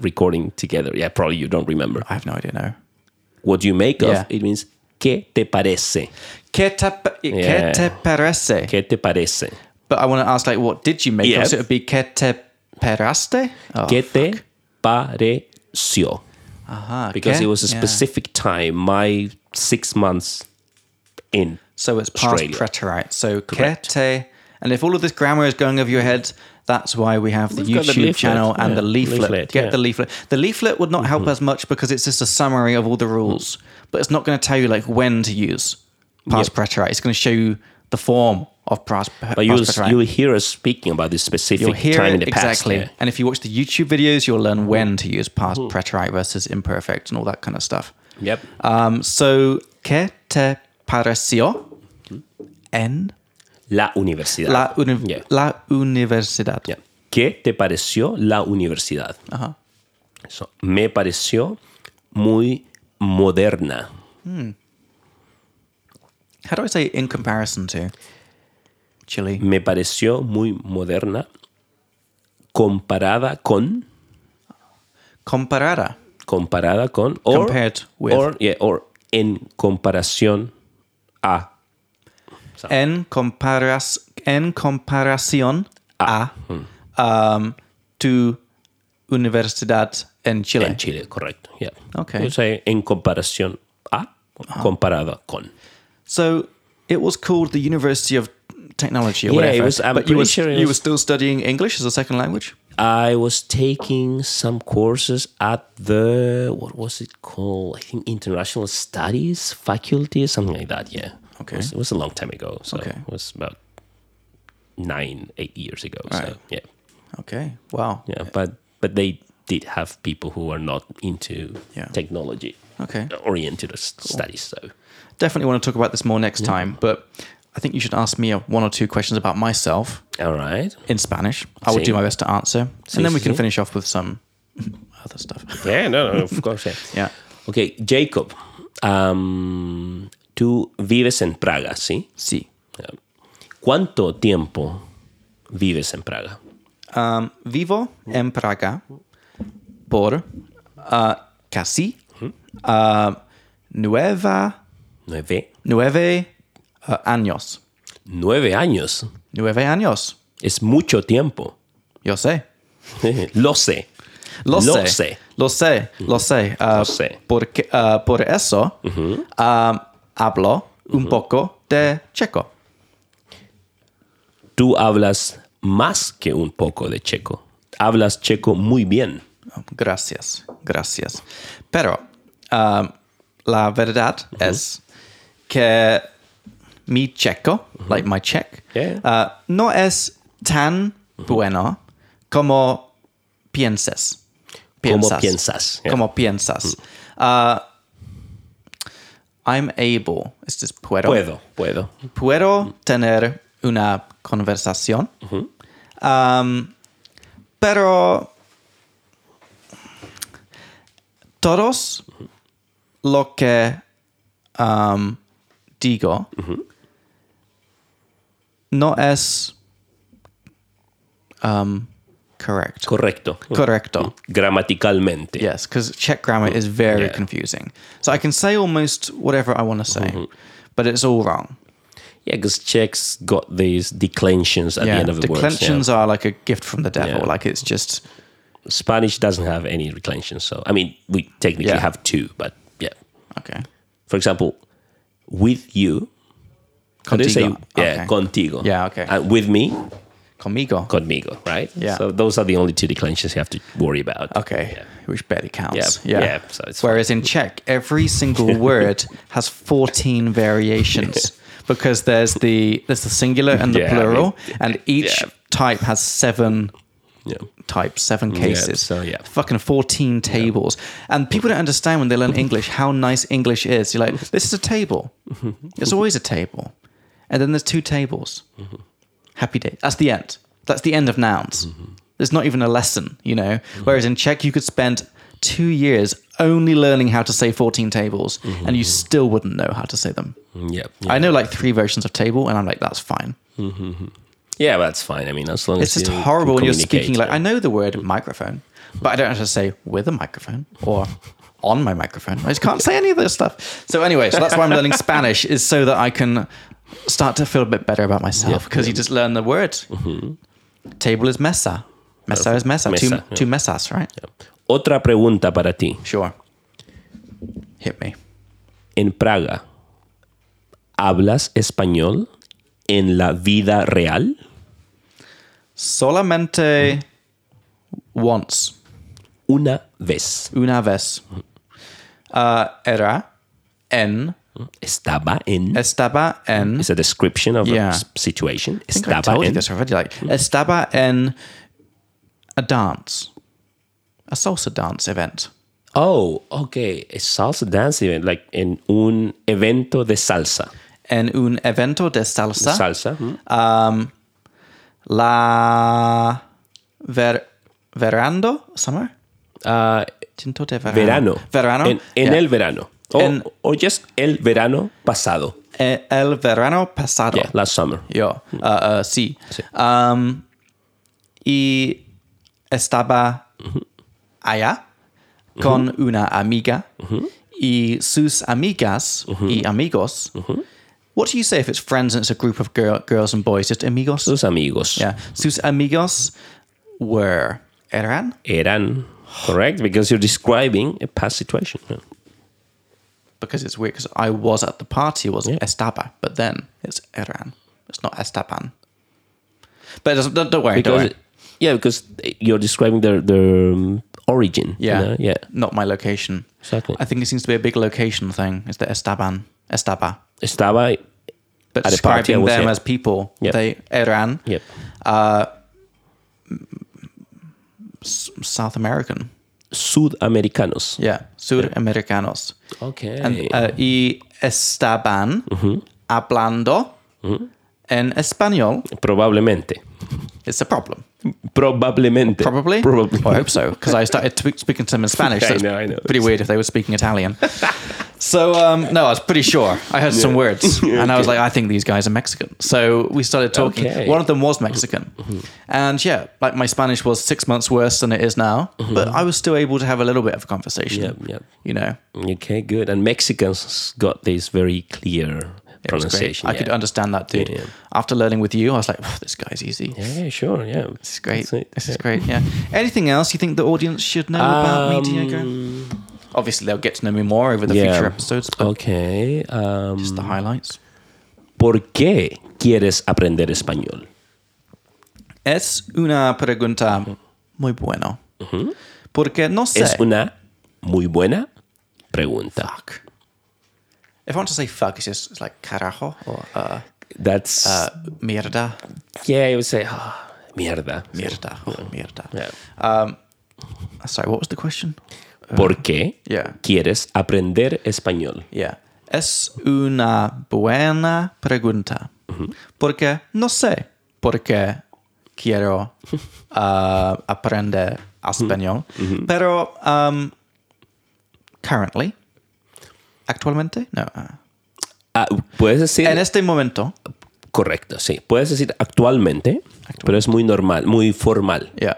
Speaker 2: recording together. Yeah, probably you don't remember.
Speaker 1: I have no idea now.
Speaker 2: What do you make of?
Speaker 1: Yeah.
Speaker 2: It means, ¿qué te parece?
Speaker 1: Que te, que
Speaker 2: Yeah.
Speaker 1: te parece?
Speaker 2: ¿Qué te parece?
Speaker 1: But I want to ask, like, what did you make?
Speaker 2: Yeah.
Speaker 1: of it? So it would be que te peraste? Oh,
Speaker 2: ¿Qué te pareció?
Speaker 1: aha,
Speaker 2: Because
Speaker 1: uh-huh, que-
Speaker 2: it was a
Speaker 1: yeah.
Speaker 2: specific time, my six months in.
Speaker 1: So it's past
Speaker 2: Australia.
Speaker 1: preterite. So
Speaker 2: Correct.
Speaker 1: kete. And if all of this grammar is going over your head, that's why we have the
Speaker 2: We've got the
Speaker 1: YouTube
Speaker 2: leaflet,
Speaker 1: channel and
Speaker 2: yeah.
Speaker 1: the leaflet.
Speaker 2: Leaflet,
Speaker 1: Get
Speaker 2: yeah. Mm-hmm.
Speaker 1: the leaflet. The leaflet would not help as much because it's just a summary of all the
Speaker 2: Mm.
Speaker 1: rules, but it's not going to tell you like when to use past preterite. It's going to show you the form of past, past
Speaker 2: But you'll,
Speaker 1: preterite.
Speaker 2: you'll hear us speaking about this
Speaker 1: You'll
Speaker 2: specific
Speaker 1: hear
Speaker 2: time in
Speaker 1: it
Speaker 2: the past.
Speaker 1: exactly.
Speaker 2: yeah. Mm-hmm.
Speaker 1: And if you watch the YouTube videos, you'll learn when to use past preterite versus imperfect and all that kind of stuff.
Speaker 2: Yep.
Speaker 1: Um, so, ¿qué te pareció
Speaker 2: Mm-hmm.
Speaker 1: en
Speaker 2: La universidad.
Speaker 1: la, uni-
Speaker 2: Yeah.
Speaker 1: la universidad?
Speaker 2: Ya. ¿Qué te pareció la universidad?
Speaker 1: Ajá.
Speaker 2: Eso. Me pareció muy moderna.
Speaker 1: How do I say in comparison to Chile?
Speaker 2: Me pareció muy moderna comparada con
Speaker 1: Comparada.
Speaker 2: comparada con or,
Speaker 1: Compared with.
Speaker 2: or, yeah, or en comparación a
Speaker 1: En, comparas- en comparación a
Speaker 2: Ah. Hmm.
Speaker 1: um, tu universidad en Chile.
Speaker 2: en Chile, correcto. yeah.
Speaker 1: Okay.
Speaker 2: You say en comparación a comparada con.
Speaker 1: So it was called the University of Technology or
Speaker 2: Yeah, it
Speaker 1: whatever.
Speaker 2: was- I'm
Speaker 1: but
Speaker 2: pretty
Speaker 1: you were,
Speaker 2: sure it
Speaker 1: you
Speaker 2: was-
Speaker 1: were still studying English as a second language?
Speaker 2: I was taking some courses at the what was it called? I think International Studies faculty, something like that. Yeah.
Speaker 1: Okay.
Speaker 2: It was, it was a long time ago. So
Speaker 1: Okay.
Speaker 2: It was about nine, eight years ago.
Speaker 1: Right.
Speaker 2: So yeah,
Speaker 1: Okay. Wow.
Speaker 2: yeah. But but they did have people who are not into
Speaker 1: Yeah.
Speaker 2: technology
Speaker 1: Okay.
Speaker 2: oriented s- studies. So
Speaker 1: Definitely want to talk about this more next time, but I think you should ask me a- one or two questions about myself
Speaker 2: all right.
Speaker 1: in Spanish. I will
Speaker 2: Sí.
Speaker 1: do my best to answer. and then we can
Speaker 2: sí.
Speaker 1: finish off with some other stuff.
Speaker 2: Yeah. No. no of course. Yeah.
Speaker 1: Yeah.
Speaker 2: Okay, Jacob. Um, tú vives en Praga, sí?
Speaker 1: Sí.
Speaker 2: ¿Cuánto tiempo vives en Praga?
Speaker 1: Um, vivo en Praga por uh, casi uh, nueva,
Speaker 2: Nueve.
Speaker 1: nueve uh, años.
Speaker 2: Nueve años.
Speaker 1: Nueve años.
Speaker 2: Es mucho tiempo.
Speaker 1: Yo sé.
Speaker 2: Lo sé.
Speaker 1: Lo,
Speaker 2: Lo
Speaker 1: sé.
Speaker 2: sé.
Speaker 1: Lo sé. Lo sé. Ah,
Speaker 2: Lo sé.
Speaker 1: Porque, ah, por eso ah, um, hablo un poco de checo.
Speaker 2: Tú hablas más que un poco de checo. Hablas checo muy bien.
Speaker 1: Gracias, gracias. Pero um, la verdad es que mi checo, like my check,
Speaker 2: Yeah.
Speaker 1: uh, no es tan bueno como pienses.
Speaker 2: Como piensas, yeah. Mm.
Speaker 1: Como piensas. Uh, I'm able, es decir, puedo.
Speaker 2: Puedo, puedo.
Speaker 1: Puedo tener una conversación. Um, pero todos lo que um, digo no es um, correct.
Speaker 2: Correcto.
Speaker 1: Correcto.
Speaker 2: Gramaticalmente.
Speaker 1: Yes, because Czech grammar is very
Speaker 2: Yeah.
Speaker 1: confusing. So I can say almost whatever I want to say, but it's all wrong.
Speaker 2: Yeah, because Czechs got these declensions at the
Speaker 1: Yeah,
Speaker 2: end of the
Speaker 1: declensions
Speaker 2: words.
Speaker 1: are like a gift from the devil.
Speaker 2: Yeah.
Speaker 1: Like it's just
Speaker 2: yeah. Spanish doesn't have any declensions. So, I mean, we technically
Speaker 1: Yeah.
Speaker 2: have two, but yeah.
Speaker 1: okay.
Speaker 2: For example, with you. how do you say?
Speaker 1: Contigo.
Speaker 2: Yeah,
Speaker 1: Okay.
Speaker 2: contigo.
Speaker 1: Yeah, okay.
Speaker 2: And with me,
Speaker 1: Conmigo.
Speaker 2: conmigo, right?
Speaker 1: Yeah.
Speaker 2: So those are the only two declensions you have to worry about.
Speaker 1: okay, which barely counts.
Speaker 2: Yeah,
Speaker 1: Yeah.
Speaker 2: yeah, so it's fine.
Speaker 1: Whereas in Czech, every single word has 14 variations because there's the there's the singular and the
Speaker 2: Yeah, I mean,
Speaker 1: plural, and each
Speaker 2: yeah.
Speaker 1: type has seven
Speaker 2: Yeah.
Speaker 1: types, seven cases.
Speaker 2: so, yeah.
Speaker 1: Fucking 14 tables. And people don't understand when they learn English how nice English is. You're like, this is a table. It's always a table. And then there's two tables. Happy day. That's the end. That's the end of nouns. There's not even a lesson, you know? Whereas in Czech, you could spend two years only learning how to say 14 tables and you still wouldn't know how to say them.
Speaker 2: Mm-hmm. Mm, Yeah.
Speaker 1: I know like three versions of table and I'm like, that's fine.
Speaker 2: Yeah, but that's fine. I mean, as long
Speaker 1: It's
Speaker 2: as
Speaker 1: just
Speaker 2: you can
Speaker 1: horrible when you're speaking.
Speaker 2: communicate,
Speaker 1: Like, I know the word microphone, but I don't know how to say with a microphone or on my microphone. I just can't say any of this stuff. So, anyway, so that's why I'm learning Spanish, is so that I can start to feel a bit better about myself because you just learn the word. Table is mesa. Mesa is mesa. Two,
Speaker 2: Mm-hmm. Mesa, yeah.
Speaker 1: two mesas, right?
Speaker 2: yeah. Otra pregunta para ti.
Speaker 1: Sure. Hit me.
Speaker 2: En Praga, ¿hablas español en la vida real?
Speaker 1: Solamente once.
Speaker 2: Una vez
Speaker 1: Una vez.
Speaker 2: Mm-hmm.
Speaker 1: Uh, era en.
Speaker 2: estaba en.
Speaker 1: Estaba en.
Speaker 2: It's a description of
Speaker 1: Hmm? Yeah.
Speaker 2: a s- situation.
Speaker 1: I think I
Speaker 2: Estaba
Speaker 1: told you
Speaker 2: en.
Speaker 1: this already. Like estaba en a dance, a salsa dance event.
Speaker 2: Oh, okay. A salsa dance event, like en un evento de salsa.
Speaker 1: En un evento de salsa,
Speaker 2: Salsa. mm.
Speaker 1: Ah. la ver, verando summer.
Speaker 2: Ah,
Speaker 1: Tinto de verano.
Speaker 2: verano.
Speaker 1: Verano.
Speaker 2: En, en
Speaker 1: Yeah.
Speaker 2: el verano. O,
Speaker 1: En-
Speaker 2: o just el verano pasado.
Speaker 1: Eh, el verano pasado.
Speaker 2: Yeah, last summer.
Speaker 1: Yo, uh, uh, sí. Um, y estaba allá con una amiga y sus amigas y amigos. What do you say if it's friends and it's a group of girl, girls and boys? Just amigos?
Speaker 2: Sus amigos
Speaker 1: yeah. Sus amigos were. Eran?
Speaker 2: eran, correct? Because you're describing a past situation. yeah.
Speaker 1: Because it's weird because I was at the party, was
Speaker 2: Yeah.
Speaker 1: estaba, but then it's eran. It's not estaban. But it doesn't, don't, don't worry. don't
Speaker 2: Because,
Speaker 1: worry.
Speaker 2: yeah, because you're describing their, their um, origin. you
Speaker 1: Yeah.
Speaker 2: know? Yeah.
Speaker 1: Not my location.
Speaker 2: Exactly.
Speaker 1: I think it seems to be a big location thing. Is the Estaban, Estaba.
Speaker 2: Estaba.
Speaker 1: But
Speaker 2: At a party, I
Speaker 1: describing
Speaker 2: was
Speaker 1: them
Speaker 2: here.
Speaker 1: as people,
Speaker 2: Yeah.
Speaker 1: they eran
Speaker 2: Yep.
Speaker 1: S- South American.
Speaker 2: Sudamericanos.
Speaker 1: Yeah, Suramericanos.
Speaker 2: Okay.
Speaker 1: And uh, y estaban
Speaker 2: Mm-hmm.
Speaker 1: hablando en español.
Speaker 2: Probablemente.
Speaker 1: It's a problem.
Speaker 2: Probablemente.
Speaker 1: Probably. Oh,
Speaker 2: Probably.
Speaker 1: Well, I hope so because I started t- speaking to them in Spanish.
Speaker 2: Yeah, I
Speaker 1: so it's
Speaker 2: know, I know.
Speaker 1: Pretty weird if they were speaking Italian. so um, no, I was pretty sure. I heard some words, and I was like, I think these guys are Mexican. So we started talking.
Speaker 2: Okay. Mm-hmm.
Speaker 1: One of them was Mexican, and yeah, like my Spanish was six months worse than it is now,
Speaker 2: Mm-hmm.
Speaker 1: but I was still able to have a little bit of a conversation.
Speaker 2: Yep, yep.
Speaker 1: You know,
Speaker 2: Okay, good. And Mexicans got this very clear
Speaker 1: it was great.
Speaker 2: pronunciation.
Speaker 1: I could
Speaker 2: yeah.
Speaker 1: understand that, dude.
Speaker 2: Yeah, yeah.
Speaker 1: After learning with you, I was like, "Phew, this guy's easy.
Speaker 2: Yeah, yeah, sure. Yeah.
Speaker 1: This is great.
Speaker 2: That's it.
Speaker 1: This is great. Yeah. Anything else you think the audience should know about me, Diego?
Speaker 2: Um,
Speaker 1: Obviously, they'll get to know me more over the future episodes, but
Speaker 2: Ok. um,
Speaker 1: just the highlights.
Speaker 2: ¿Por qué quieres aprender español?
Speaker 1: Es una pregunta muy buena. Porque no sé.
Speaker 2: Mm-hmm. Es una muy buena pregunta.
Speaker 1: If I want to say fuck, it's just it's like carajo or uh,
Speaker 2: That's.
Speaker 1: uh, mierda.
Speaker 2: yeah, I would say, ah, mierda.
Speaker 1: Mierda. Oh, mierda. Um,
Speaker 2: Yeah.
Speaker 1: Sorry, what was the question? uh,
Speaker 2: ¿Por qué
Speaker 1: yeah.
Speaker 2: quieres aprender español?
Speaker 1: Yeah. Es una buena pregunta. Porque no sé por qué quiero uh, aprender español. Pero um, currently, actualmente, no. uh,
Speaker 2: Ah, puedes decir.
Speaker 1: en este momento,
Speaker 2: Correcto, sí. Puedes decir actualmente, pero es muy normal, muy formal.
Speaker 1: yeah.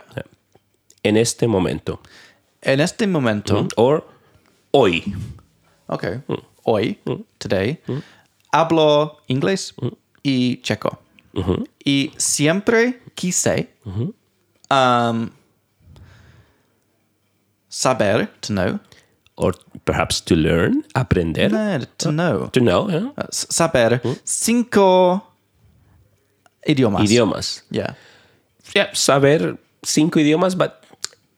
Speaker 2: En este momento.
Speaker 1: En este momento,
Speaker 2: O hoy.
Speaker 1: okay,
Speaker 2: Hmm.
Speaker 1: hoy, today, hablo inglés
Speaker 2: Hmm.
Speaker 1: y checo. Y siempre quise
Speaker 2: Hmm.
Speaker 1: um, saber, to know,
Speaker 2: Or perhaps to learn, aprender.
Speaker 1: eh, to know,
Speaker 2: To know, ¿eh?
Speaker 1: uh, s- saber cinco idiomas.
Speaker 2: idiomas.
Speaker 1: Yeah.
Speaker 2: Yeah, saber cinco idiomas, but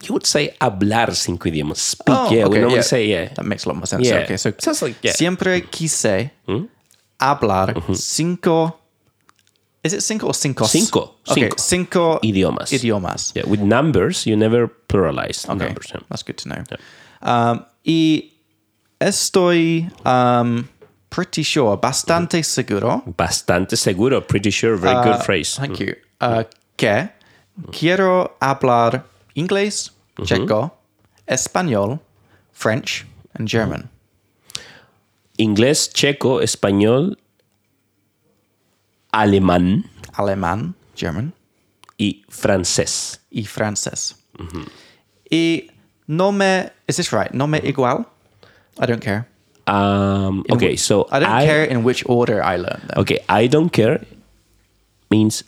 Speaker 2: you would say hablar cinco idiomas. Speak,
Speaker 1: Oh, okay,
Speaker 2: yeah. we normally
Speaker 1: yeah.
Speaker 2: say, yeah.
Speaker 1: That makes a lot more sense.
Speaker 2: Yeah.
Speaker 1: Okay, so
Speaker 2: Sounds like- yeah. Hmm.
Speaker 1: siempre quise hablar cinco. Is it cinco or cinco?
Speaker 2: Cinco,
Speaker 1: Okay,
Speaker 2: cinco.
Speaker 1: cinco
Speaker 2: Idiomas.
Speaker 1: idiomas.
Speaker 2: Yeah, with numbers, you never pluralize
Speaker 1: Okay,
Speaker 2: numbers. ¿eh? yeah.
Speaker 1: that's good to know. Um, y estoy um, pretty sure, bastante seguro.
Speaker 2: Bastante seguro, pretty sure, very
Speaker 1: Ah.
Speaker 2: good phrase. Mm-hmm.
Speaker 1: Thank you. Uh, que quiero hablar inglés,
Speaker 2: Mm-hmm.
Speaker 1: checo, español, French, and German.
Speaker 2: Mm-hmm. Inglés, checo, español, alemán
Speaker 1: Alemán, German.
Speaker 2: y francés.
Speaker 1: y francés.
Speaker 2: Mm-hmm.
Speaker 1: Y no me, is this right? No
Speaker 2: Mm-hmm.
Speaker 1: me igual. I don't care.
Speaker 2: Um, okay, so
Speaker 1: I don't care in which order I learn them.
Speaker 2: Okay, I don't care means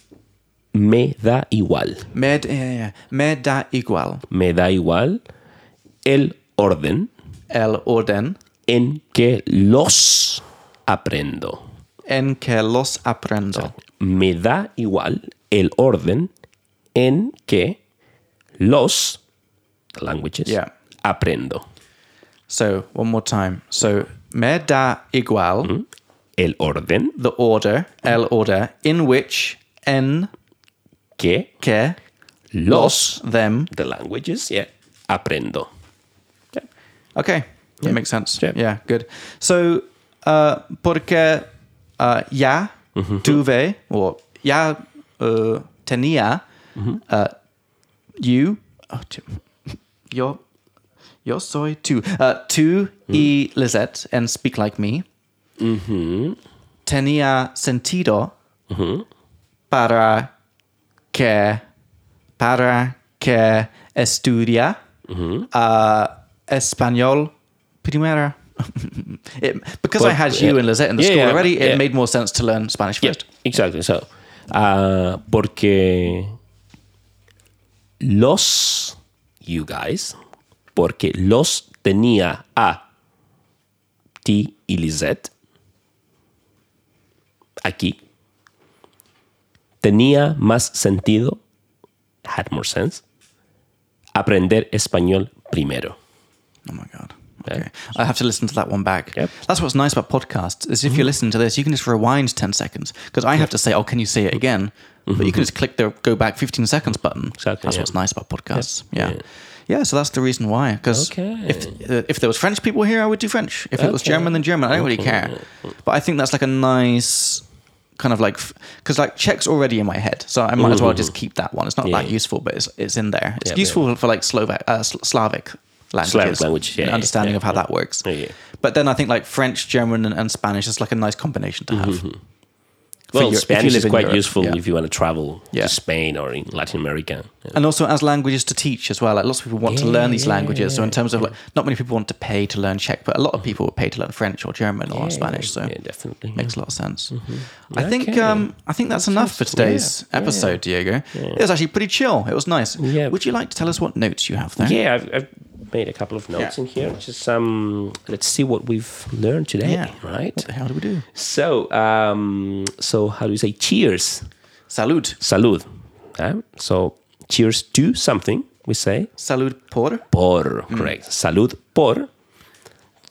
Speaker 2: me da igual.
Speaker 1: Me, d- yeah, yeah. me da eh, igual
Speaker 2: Me da igual el orden
Speaker 1: el orden
Speaker 2: en que los aprendo.
Speaker 1: en que los aprendo.
Speaker 2: Me da igual el orden en que los languages
Speaker 1: Yeah.
Speaker 2: aprendo.
Speaker 1: So, one more time. So, me da igual
Speaker 2: Mm-hmm. El orden
Speaker 1: the order, el order, in which, en
Speaker 2: que
Speaker 1: que,
Speaker 2: los
Speaker 1: them.
Speaker 2: the languages, yeah, aprendo.
Speaker 1: Okay, that makes sense.
Speaker 2: Yeah.
Speaker 1: Yeah, good. So, uh, porque uh, ya
Speaker 2: Mm-hmm.
Speaker 1: tuve, or ya uh, tenía, uh, you, oh, tu- yo, yo soy tú, uh, tú
Speaker 2: Hmm.
Speaker 1: y Lizette, and Speak Like Me,
Speaker 2: Mm-hmm.
Speaker 1: tenía sentido para que, para que estudia
Speaker 2: Mm-hmm.
Speaker 1: uh, español primera. it, because I
Speaker 2: But-
Speaker 1: had you and Lizette in the
Speaker 2: Yeah,
Speaker 1: school
Speaker 2: yeah,
Speaker 1: already, it
Speaker 2: yeah.
Speaker 1: made more sense to learn Spanish
Speaker 2: Yeah,
Speaker 1: first.
Speaker 2: exactly. So, ah, porque los, you guys, porque los tenía a ti y Lisette aquí, tenía más sentido, had more sense, aprender español primero.
Speaker 1: Oh my god.
Speaker 2: Yeah.
Speaker 1: Okay. I have to listen to that one back.
Speaker 2: Yep. Mm-hmm.
Speaker 1: That's what's nice about podcasts is if you listen to this, you can just rewind ten seconds because I have to say, "Oh, can you say it again?" But you can just click the go back fifteen seconds button.
Speaker 2: Mm-hmm. Exactly,
Speaker 1: That's
Speaker 2: yeah.
Speaker 1: what's nice about podcasts. Yeah.
Speaker 2: Yeah.
Speaker 1: yeah, So that's the reason why. Because
Speaker 2: Okay.
Speaker 1: if uh, if there was French people here, I would do French. If it was
Speaker 2: Okay. Mm-hmm.
Speaker 1: German, then German. I don't really care. But I think that's like a nice kind of like because like Czech's already in my head, so I might as well just keep that one. It's not that
Speaker 2: Mm-hmm. Yeah.
Speaker 1: useful, but it's it's in there. It's
Speaker 2: Yeah, yeah.
Speaker 1: useful for like Slovak uh, Sl- Slavic. Languages
Speaker 2: Slavic language, yeah,
Speaker 1: an
Speaker 2: yeah,
Speaker 1: understanding
Speaker 2: yeah.
Speaker 1: of how that works.
Speaker 2: Yeah, yeah.
Speaker 1: But then I think like French, German, and, and Spanish is like a nice combination to have. For
Speaker 2: Mm-hmm. Well,
Speaker 1: Euro- if you
Speaker 2: Spanish
Speaker 1: live
Speaker 2: is
Speaker 1: in
Speaker 2: quite
Speaker 1: Europe,
Speaker 2: useful
Speaker 1: yeah.
Speaker 2: if you want to travel
Speaker 1: Yeah.
Speaker 2: to Spain or in Latin America. Yeah.
Speaker 1: And also as languages to teach as well. Like lots of people want to learn these
Speaker 2: Yeah, Mm-hmm.
Speaker 1: languages. So in terms of like, not many people want to pay to learn Czech, but a lot of people would pay to learn French or German or Spanish. So
Speaker 2: yeah, definitely. yeah.
Speaker 1: makes a lot of sense. I think
Speaker 2: Okay.
Speaker 1: um, I think that's enough for today's
Speaker 2: yeah, yeah.
Speaker 1: episode, Diego. It was actually pretty chill. It was nice.
Speaker 2: Yeah.
Speaker 1: Would you like to tell us what notes you have there?
Speaker 2: Yeah, I've, I've made a couple of notes
Speaker 1: Yeah.
Speaker 2: in here. Just um, let's see what we've learned today,
Speaker 1: Yeah.
Speaker 2: right?
Speaker 1: What the hell do we do?
Speaker 2: So, um, so how do you say cheers?
Speaker 1: Salud.
Speaker 2: Salud. eh? So, cheers to something we say
Speaker 1: Salud por.
Speaker 2: por,
Speaker 1: Mm.
Speaker 2: correct? Salud por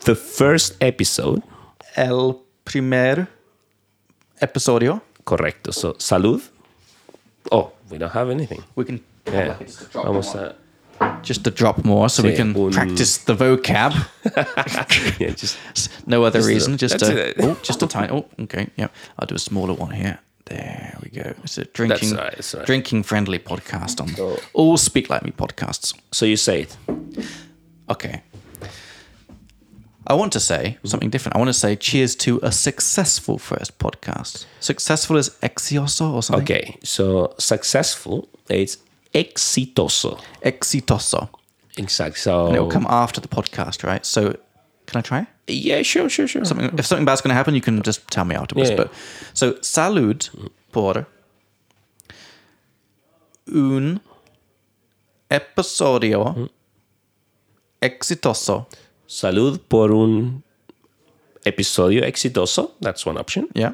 Speaker 2: the first episode,
Speaker 1: El primer episodio.
Speaker 2: correcto. So, salud. Oh, we don't have anything.
Speaker 1: We can
Speaker 2: Yeah, vamos a
Speaker 1: just to drop more so we
Speaker 2: Sí,
Speaker 1: can
Speaker 2: un-
Speaker 1: practice the vocab.
Speaker 2: yeah, just
Speaker 1: No other reason, just
Speaker 2: that's
Speaker 1: a,
Speaker 2: it.
Speaker 1: oh, just a tiny. Oh, okay, yeah. I'll do a smaller one here. There we go. It's a drinking,
Speaker 2: all right, that's all right.
Speaker 1: drinking friendly podcast on
Speaker 2: So-
Speaker 1: all Speak Like Me podcasts.
Speaker 2: so you say it.
Speaker 1: Okay. I want to say something different. I want to say cheers to a successful first podcast. Successful is exioso or something.
Speaker 2: Okay, so successful it's exitoso.
Speaker 1: Exitoso.
Speaker 2: Exact. So
Speaker 1: It will come after the podcast, right? So, can I try?
Speaker 2: yeah, sure, sure, sure.
Speaker 1: something- if something bad's going to happen, you can just tell me afterwards.
Speaker 2: Yeah.
Speaker 1: But so salud por un episodio
Speaker 2: Hmm?
Speaker 1: exitoso.
Speaker 2: Salud por un episodio exitoso. That's one option.
Speaker 1: Yeah.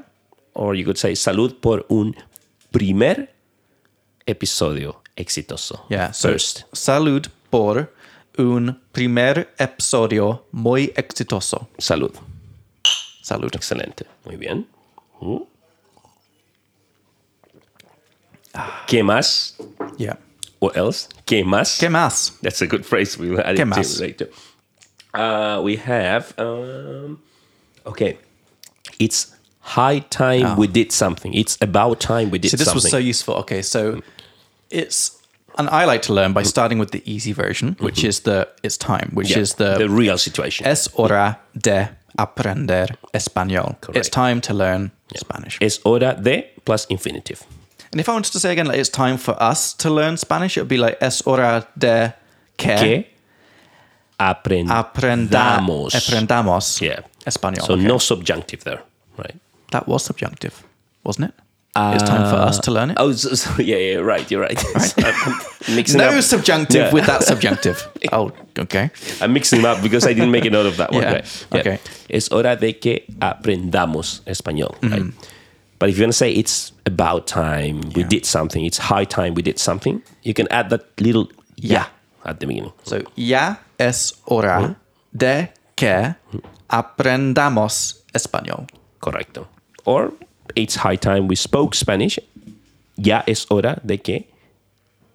Speaker 2: Or you could say salud por un primer episodio exitoso.
Speaker 1: Yeah. So
Speaker 2: First.
Speaker 1: salud por un primer episodio muy exitoso.
Speaker 2: Salud.
Speaker 1: Salud.
Speaker 2: Excelente. Muy bien. Mm. ¿Qué más?
Speaker 1: Yeah.
Speaker 2: What else? ¿Qué más?
Speaker 1: ¿Qué más?
Speaker 2: That's a good phrase. We'll add
Speaker 1: ¿Qué
Speaker 2: it
Speaker 1: más?
Speaker 2: to later. Uh, we have. Um, okay. It's high time we did something. It's about time we did
Speaker 1: So Oh. this
Speaker 2: something.
Speaker 1: was
Speaker 2: Mm.
Speaker 1: so useful. Okay, so it's and I like to learn by starting with the easy version, which is the it's time, which
Speaker 2: Mm-hmm. Yeah,
Speaker 1: is the
Speaker 2: real situation.
Speaker 1: Es hora de aprender español. It's time to learn Spanish.
Speaker 2: Es hora de plus infinitive.
Speaker 1: and if I wanted to say again, like it's time for us to learn Spanish, it would be like es hora de que,
Speaker 2: Que
Speaker 1: aprenda-
Speaker 2: aprendamos.
Speaker 1: aprendamos
Speaker 2: Yeah.
Speaker 1: español.
Speaker 2: So
Speaker 1: Okay.
Speaker 2: no subjunctive there, right?
Speaker 1: That was subjunctive, wasn't it? it's time for us to learn it.
Speaker 2: Oh, so, so- yeah, yeah, right. You're right. I'm, I'm mixing
Speaker 1: no
Speaker 2: up.
Speaker 1: subjunctive
Speaker 2: Yeah.
Speaker 1: with that subjunctive. oh, okay.
Speaker 2: I'm mixing them up because I didn't make a note of that one.
Speaker 1: Yeah.
Speaker 2: Right?
Speaker 1: Okay.
Speaker 2: Es hora de que aprendamos español.
Speaker 1: Mm-hmm.
Speaker 2: Right? But if you want to say it's about time we did something, it's high time we did something, you can add that little yeah, at the beginning.
Speaker 1: So ya es hora
Speaker 2: Mm.
Speaker 1: de que aprendamos español.
Speaker 2: Correcto. Or it's high time we spoke Spanish. Ya es hora de que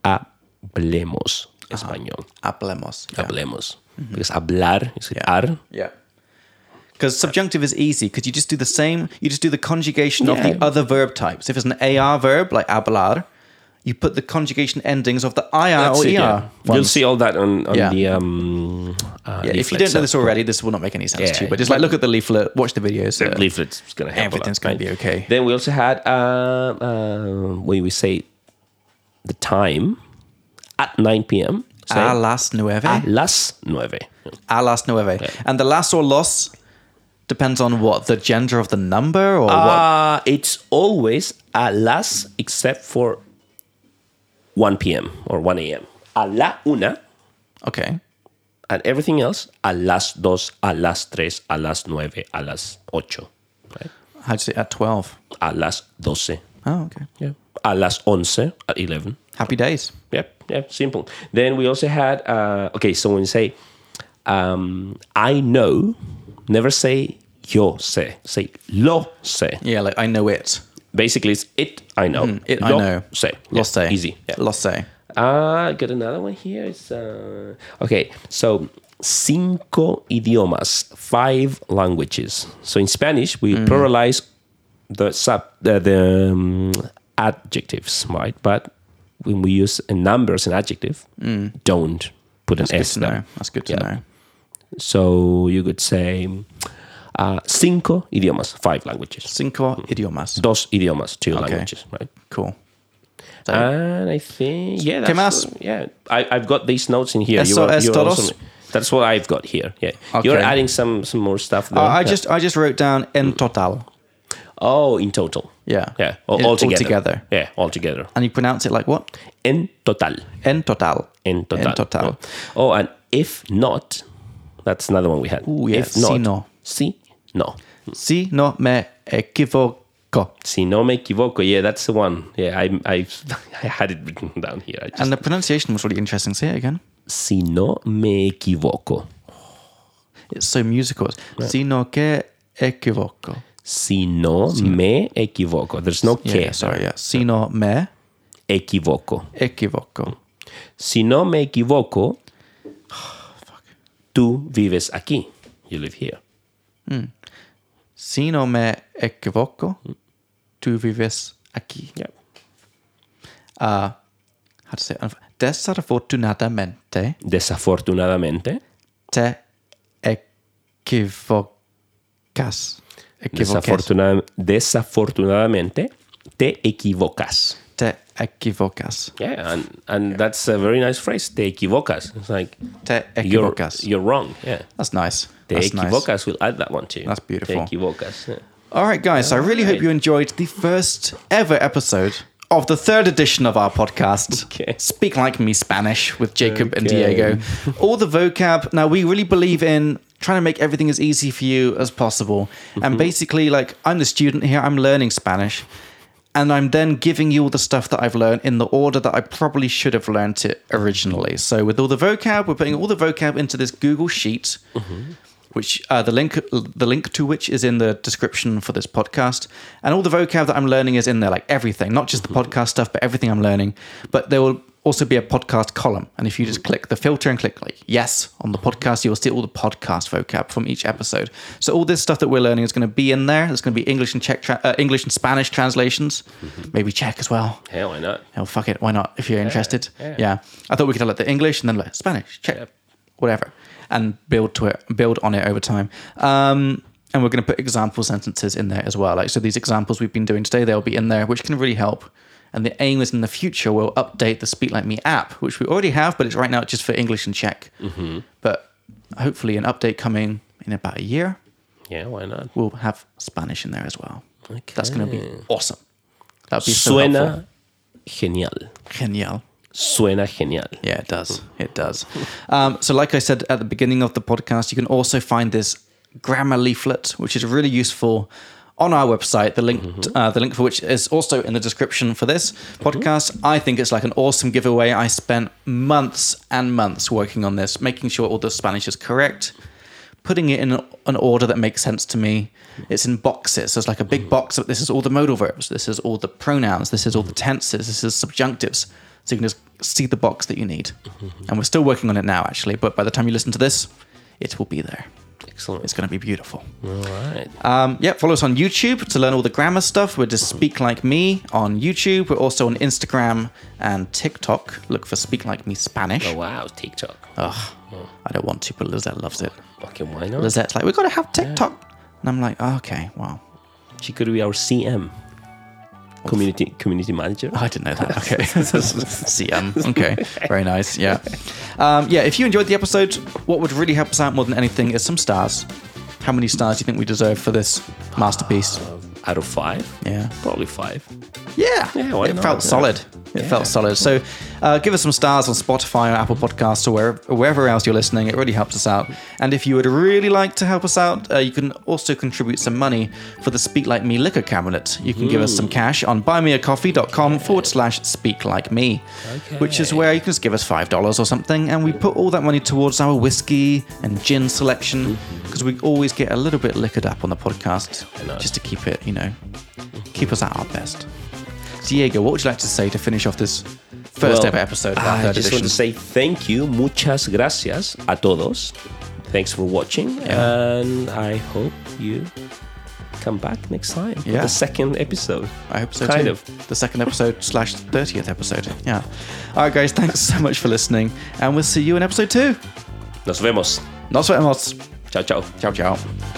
Speaker 2: hablemos español.
Speaker 1: Hablemos. Yeah. Mm-hmm.
Speaker 2: Hablemos. Because hablar is
Speaker 1: Yeah.
Speaker 2: ar.
Speaker 1: Yeah. Because subjunctive is easy because you just do the same, you just do the conjugation of
Speaker 2: Yeah.
Speaker 1: the other verb types. If it's an AR verb like hablar, you put the conjugation endings of the IR
Speaker 2: That's
Speaker 1: or ER.
Speaker 2: it, yeah. You'll
Speaker 1: ones.
Speaker 2: see all that on, on
Speaker 1: Yeah.
Speaker 2: the um, uh,
Speaker 1: Yeah, if you
Speaker 2: leaflet,
Speaker 1: don't know
Speaker 2: so-
Speaker 1: this already, this will not make any sense
Speaker 2: Yeah,
Speaker 1: to you. But
Speaker 2: yeah.
Speaker 1: just like look at the leaflet, watch the videos.
Speaker 2: the
Speaker 1: uh,
Speaker 2: leaflet's going to help.
Speaker 1: everything's
Speaker 2: a
Speaker 1: gonna
Speaker 2: lot,
Speaker 1: be okay.
Speaker 2: Then we also had um, uh, when we say the time at 9 p.m. Say,
Speaker 1: a las nueve.
Speaker 2: a las nueve.
Speaker 1: A las nueve. And the las or los depends on what? The gender of the number or what?
Speaker 2: Uh, it's always a las except for 1 p.m. or 1 a.m. A la una
Speaker 1: Okay.
Speaker 2: and everything else a las dos, a las tres, a las nueve, a las ocho. Right?
Speaker 1: How'd you say at 12?
Speaker 2: A las doce.
Speaker 1: Oh, okay.
Speaker 2: Yeah. A las once, at 11.
Speaker 1: Happy days.
Speaker 2: Yep, yep, simple. Then we also had uh, okay. So when you say um, I know, never say yo sé. Say lo sé.
Speaker 1: Yeah, like I know it.
Speaker 2: Basically, it's it I know.
Speaker 1: Mm, It,
Speaker 2: Lo
Speaker 1: I know.
Speaker 2: Sé.
Speaker 1: Lo
Speaker 2: Yeah,
Speaker 1: sé.
Speaker 2: Easy. Yeah.
Speaker 1: Lo sé.
Speaker 2: Ah, got another one here. It's uh, okay. So cinco idiomas, five languages. So in Spanish, we
Speaker 1: Mm.
Speaker 2: pluralize the sub the, the um, adjectives, right? But when we use a number as an adjective, don't put an
Speaker 1: Good
Speaker 2: s
Speaker 1: to
Speaker 2: there.
Speaker 1: know. Mm. That's good to
Speaker 2: Yeah.
Speaker 1: know.
Speaker 2: So you could say uh, cinco idiomas, five languages.
Speaker 1: Cinco idiomas.
Speaker 2: Dos idiomas, two languages, right?
Speaker 1: Cool.
Speaker 2: And I think yeah, that's
Speaker 1: más?
Speaker 2: the- yeah. I, I've got these notes in here. You
Speaker 1: Eso
Speaker 2: are-
Speaker 1: es
Speaker 2: you are
Speaker 1: todos.
Speaker 2: also- that's what I've got here. Yeah, you're
Speaker 1: Okay.
Speaker 2: adding some some more stuff. There.
Speaker 1: Uh, I
Speaker 2: Yeah.
Speaker 1: just I just wrote down en total,
Speaker 2: oh in total.
Speaker 1: Yeah.
Speaker 2: yeah, all,
Speaker 1: In-
Speaker 2: all together.
Speaker 1: altogether.
Speaker 2: Yeah, all together.
Speaker 1: and you pronounce it like what?
Speaker 2: En total.
Speaker 1: En total.
Speaker 2: En total.
Speaker 1: En total.
Speaker 2: Oh, and If not, that's another one we had.
Speaker 1: Ooh, yeah.
Speaker 2: If not,
Speaker 1: Si no.
Speaker 2: si no.
Speaker 1: Si no me equivoco.
Speaker 2: Si no me equivoco, yeah, that's the one. Yeah, I I, I had it written down here. I just,
Speaker 1: And the pronunciation was really interesting. Say it again.
Speaker 2: si no me equivoco,
Speaker 1: It's so musical. Si no que equivoco.
Speaker 2: si no me equivoco. There's no
Speaker 1: Yeah,
Speaker 2: que.
Speaker 1: sorry, yeah. Si no me
Speaker 2: Equivoco.
Speaker 1: equivoco.
Speaker 2: Si no me equivoco, tú vives aquí. You live here.
Speaker 1: Si no me equivoco, tú vives aquí. Ah,
Speaker 2: Yeah.
Speaker 1: How to say it? Desafortunadamente
Speaker 2: Desafortunadamente,
Speaker 1: te equivocas. Equivocas.
Speaker 2: desafortuna- desafortunadamente, te equivocas.
Speaker 1: Te equivocas.
Speaker 2: Yeah, and, and that's a very nice phrase. Te equivocas. It's like
Speaker 1: Te
Speaker 2: you're,
Speaker 1: equivocas.
Speaker 2: you're wrong. Yeah.
Speaker 1: That's nice.
Speaker 2: Te
Speaker 1: That's nice.
Speaker 2: equivocas. We'll add that one too.
Speaker 1: That's beautiful.
Speaker 2: Te equivocas. yeah.
Speaker 1: All right, guys. I really hope
Speaker 2: right.
Speaker 1: you enjoyed the first ever episode of the third edition of our podcast,
Speaker 2: Okay.
Speaker 1: Speak Like Me Spanish with Jacob and
Speaker 2: Okay.
Speaker 1: Diego. All the vocab. Now, we really believe in trying to make everything as easy for you as possible.
Speaker 2: Mm-hmm.
Speaker 1: And basically, like, I'm the student here, I'm learning Spanish. And I'm then giving you all the stuff that I've learned in the order that I probably should have learned it originally. So, with all the vocab, we're putting all the vocab into this Google Sheet which uh, the link the link to which is in the description for this podcast and all the vocab that i'm learning is in there like everything not just the podcast stuff but everything i'm learning but there will also be a podcast column and if you just click the filter and click like yes on the podcast you'll see all the podcast vocab from each episode so all this stuff that we're learning is going to be in there there's going to be english and czech tra- uh, english and spanish translations maybe czech as well
Speaker 2: Hell, why not?
Speaker 1: Oh fuck it, why not? If you're interested,
Speaker 2: yeah.
Speaker 1: yeah. I thought we could have like the English and then like Spanish, Czech,
Speaker 2: Yep.
Speaker 1: whatever, and build to it, build on it over time. Um, and we're going to put example sentences in there as well. Like so, these examples we've been doing today, they'll be in there, which can really help. And the aim is in the future we'll update the Speak Like Me app, which we already have, but it's right now just for English and Czech.
Speaker 2: Mm-hmm.
Speaker 1: But hopefully, an update coming in about a year,
Speaker 2: Yeah, why not?
Speaker 1: we'll have Spanish in there as well.
Speaker 2: Okay.
Speaker 1: That's going to be awesome. That'd be so helpful.
Speaker 2: Suena genial.
Speaker 1: genial.
Speaker 2: Suena genial.
Speaker 1: Yeah, it does. It does. Um, so, like I said at the beginning of the podcast, you can also find this grammar leaflet, which is really useful on our website. The link, uh, the link for which is also in the description for this podcast. I think it's like an awesome giveaway. I spent months and months working on this, making sure all the Spanish is correct. Putting it in an order that makes sense to me. It's in boxes. So it's like a big box of this is all the modal verbs, this is all the pronouns, this is all the tenses, this is subjunctives. So you can just see the box that you need. And we're still working on it now, actually. But by the time you listen to this, it will be there. It's
Speaker 2: Excellent.
Speaker 1: going to be beautiful.
Speaker 2: All right.
Speaker 1: Um, yeah, follow us on YouTube to learn all the grammar stuff. We're just Speak Like Me on YouTube. We're also on Instagram and TikTok. Look for Speak Like Me Spanish.
Speaker 2: Oh, wow, TikTok. Oh,
Speaker 1: Ugh, I don't want to, but Lizette loves it.
Speaker 2: Okay, why not?
Speaker 1: Lizette's like, we got to have TikTok. And I'm like, "Oh, okay, wow.
Speaker 2: She could be our CM, community community manager.
Speaker 1: I didn't know that. Okay. See, um, okay. Very nice. Yeah. Um, yeah. If you enjoyed the episode, what would really help us out more than anything is some stars. How many stars do you think we deserve for this masterpiece?
Speaker 2: Out of five,
Speaker 1: Yeah.
Speaker 2: probably five.
Speaker 1: Yeah.
Speaker 2: Yeah, why
Speaker 1: it
Speaker 2: not?
Speaker 1: felt
Speaker 2: Yeah.
Speaker 1: solid. It felt solid. So uh, give us some stars on Spotify or Apple Podcasts or wherever, wherever else you're listening. It really helps us out. And if you would really like to help us out, uh, you can also contribute some money for the Speak Like Me liquor cabinet. You can give us some cash on buymeacoffee.com forward slash speak like me, which is
Speaker 2: Okay.
Speaker 1: where you can just give us $5 or something. And we put all that money towards our whiskey and gin selection because we always get a little bit liquored up on the podcast
Speaker 2: Mm-hmm. I know.
Speaker 1: just to keep it, you know, keep us at our best. Diego, what would you like to say to finish off this first
Speaker 2: Well,
Speaker 1: ever episode of our
Speaker 2: I
Speaker 1: third
Speaker 2: just
Speaker 1: edition?
Speaker 2: want to say thank you, muchas gracias a todos. Thanks for watching, and I hope you come back next time for
Speaker 1: Yeah.
Speaker 2: the second episode.
Speaker 1: I hope so
Speaker 2: Kind
Speaker 1: too.
Speaker 2: of.
Speaker 1: The second episode slash 30th episode. Yeah. All right, guys, thanks so much for listening, and we'll see you in episode two.
Speaker 2: Nos vemos.
Speaker 1: Nos vemos.
Speaker 2: Chao, chao.
Speaker 1: Ciao, ciao.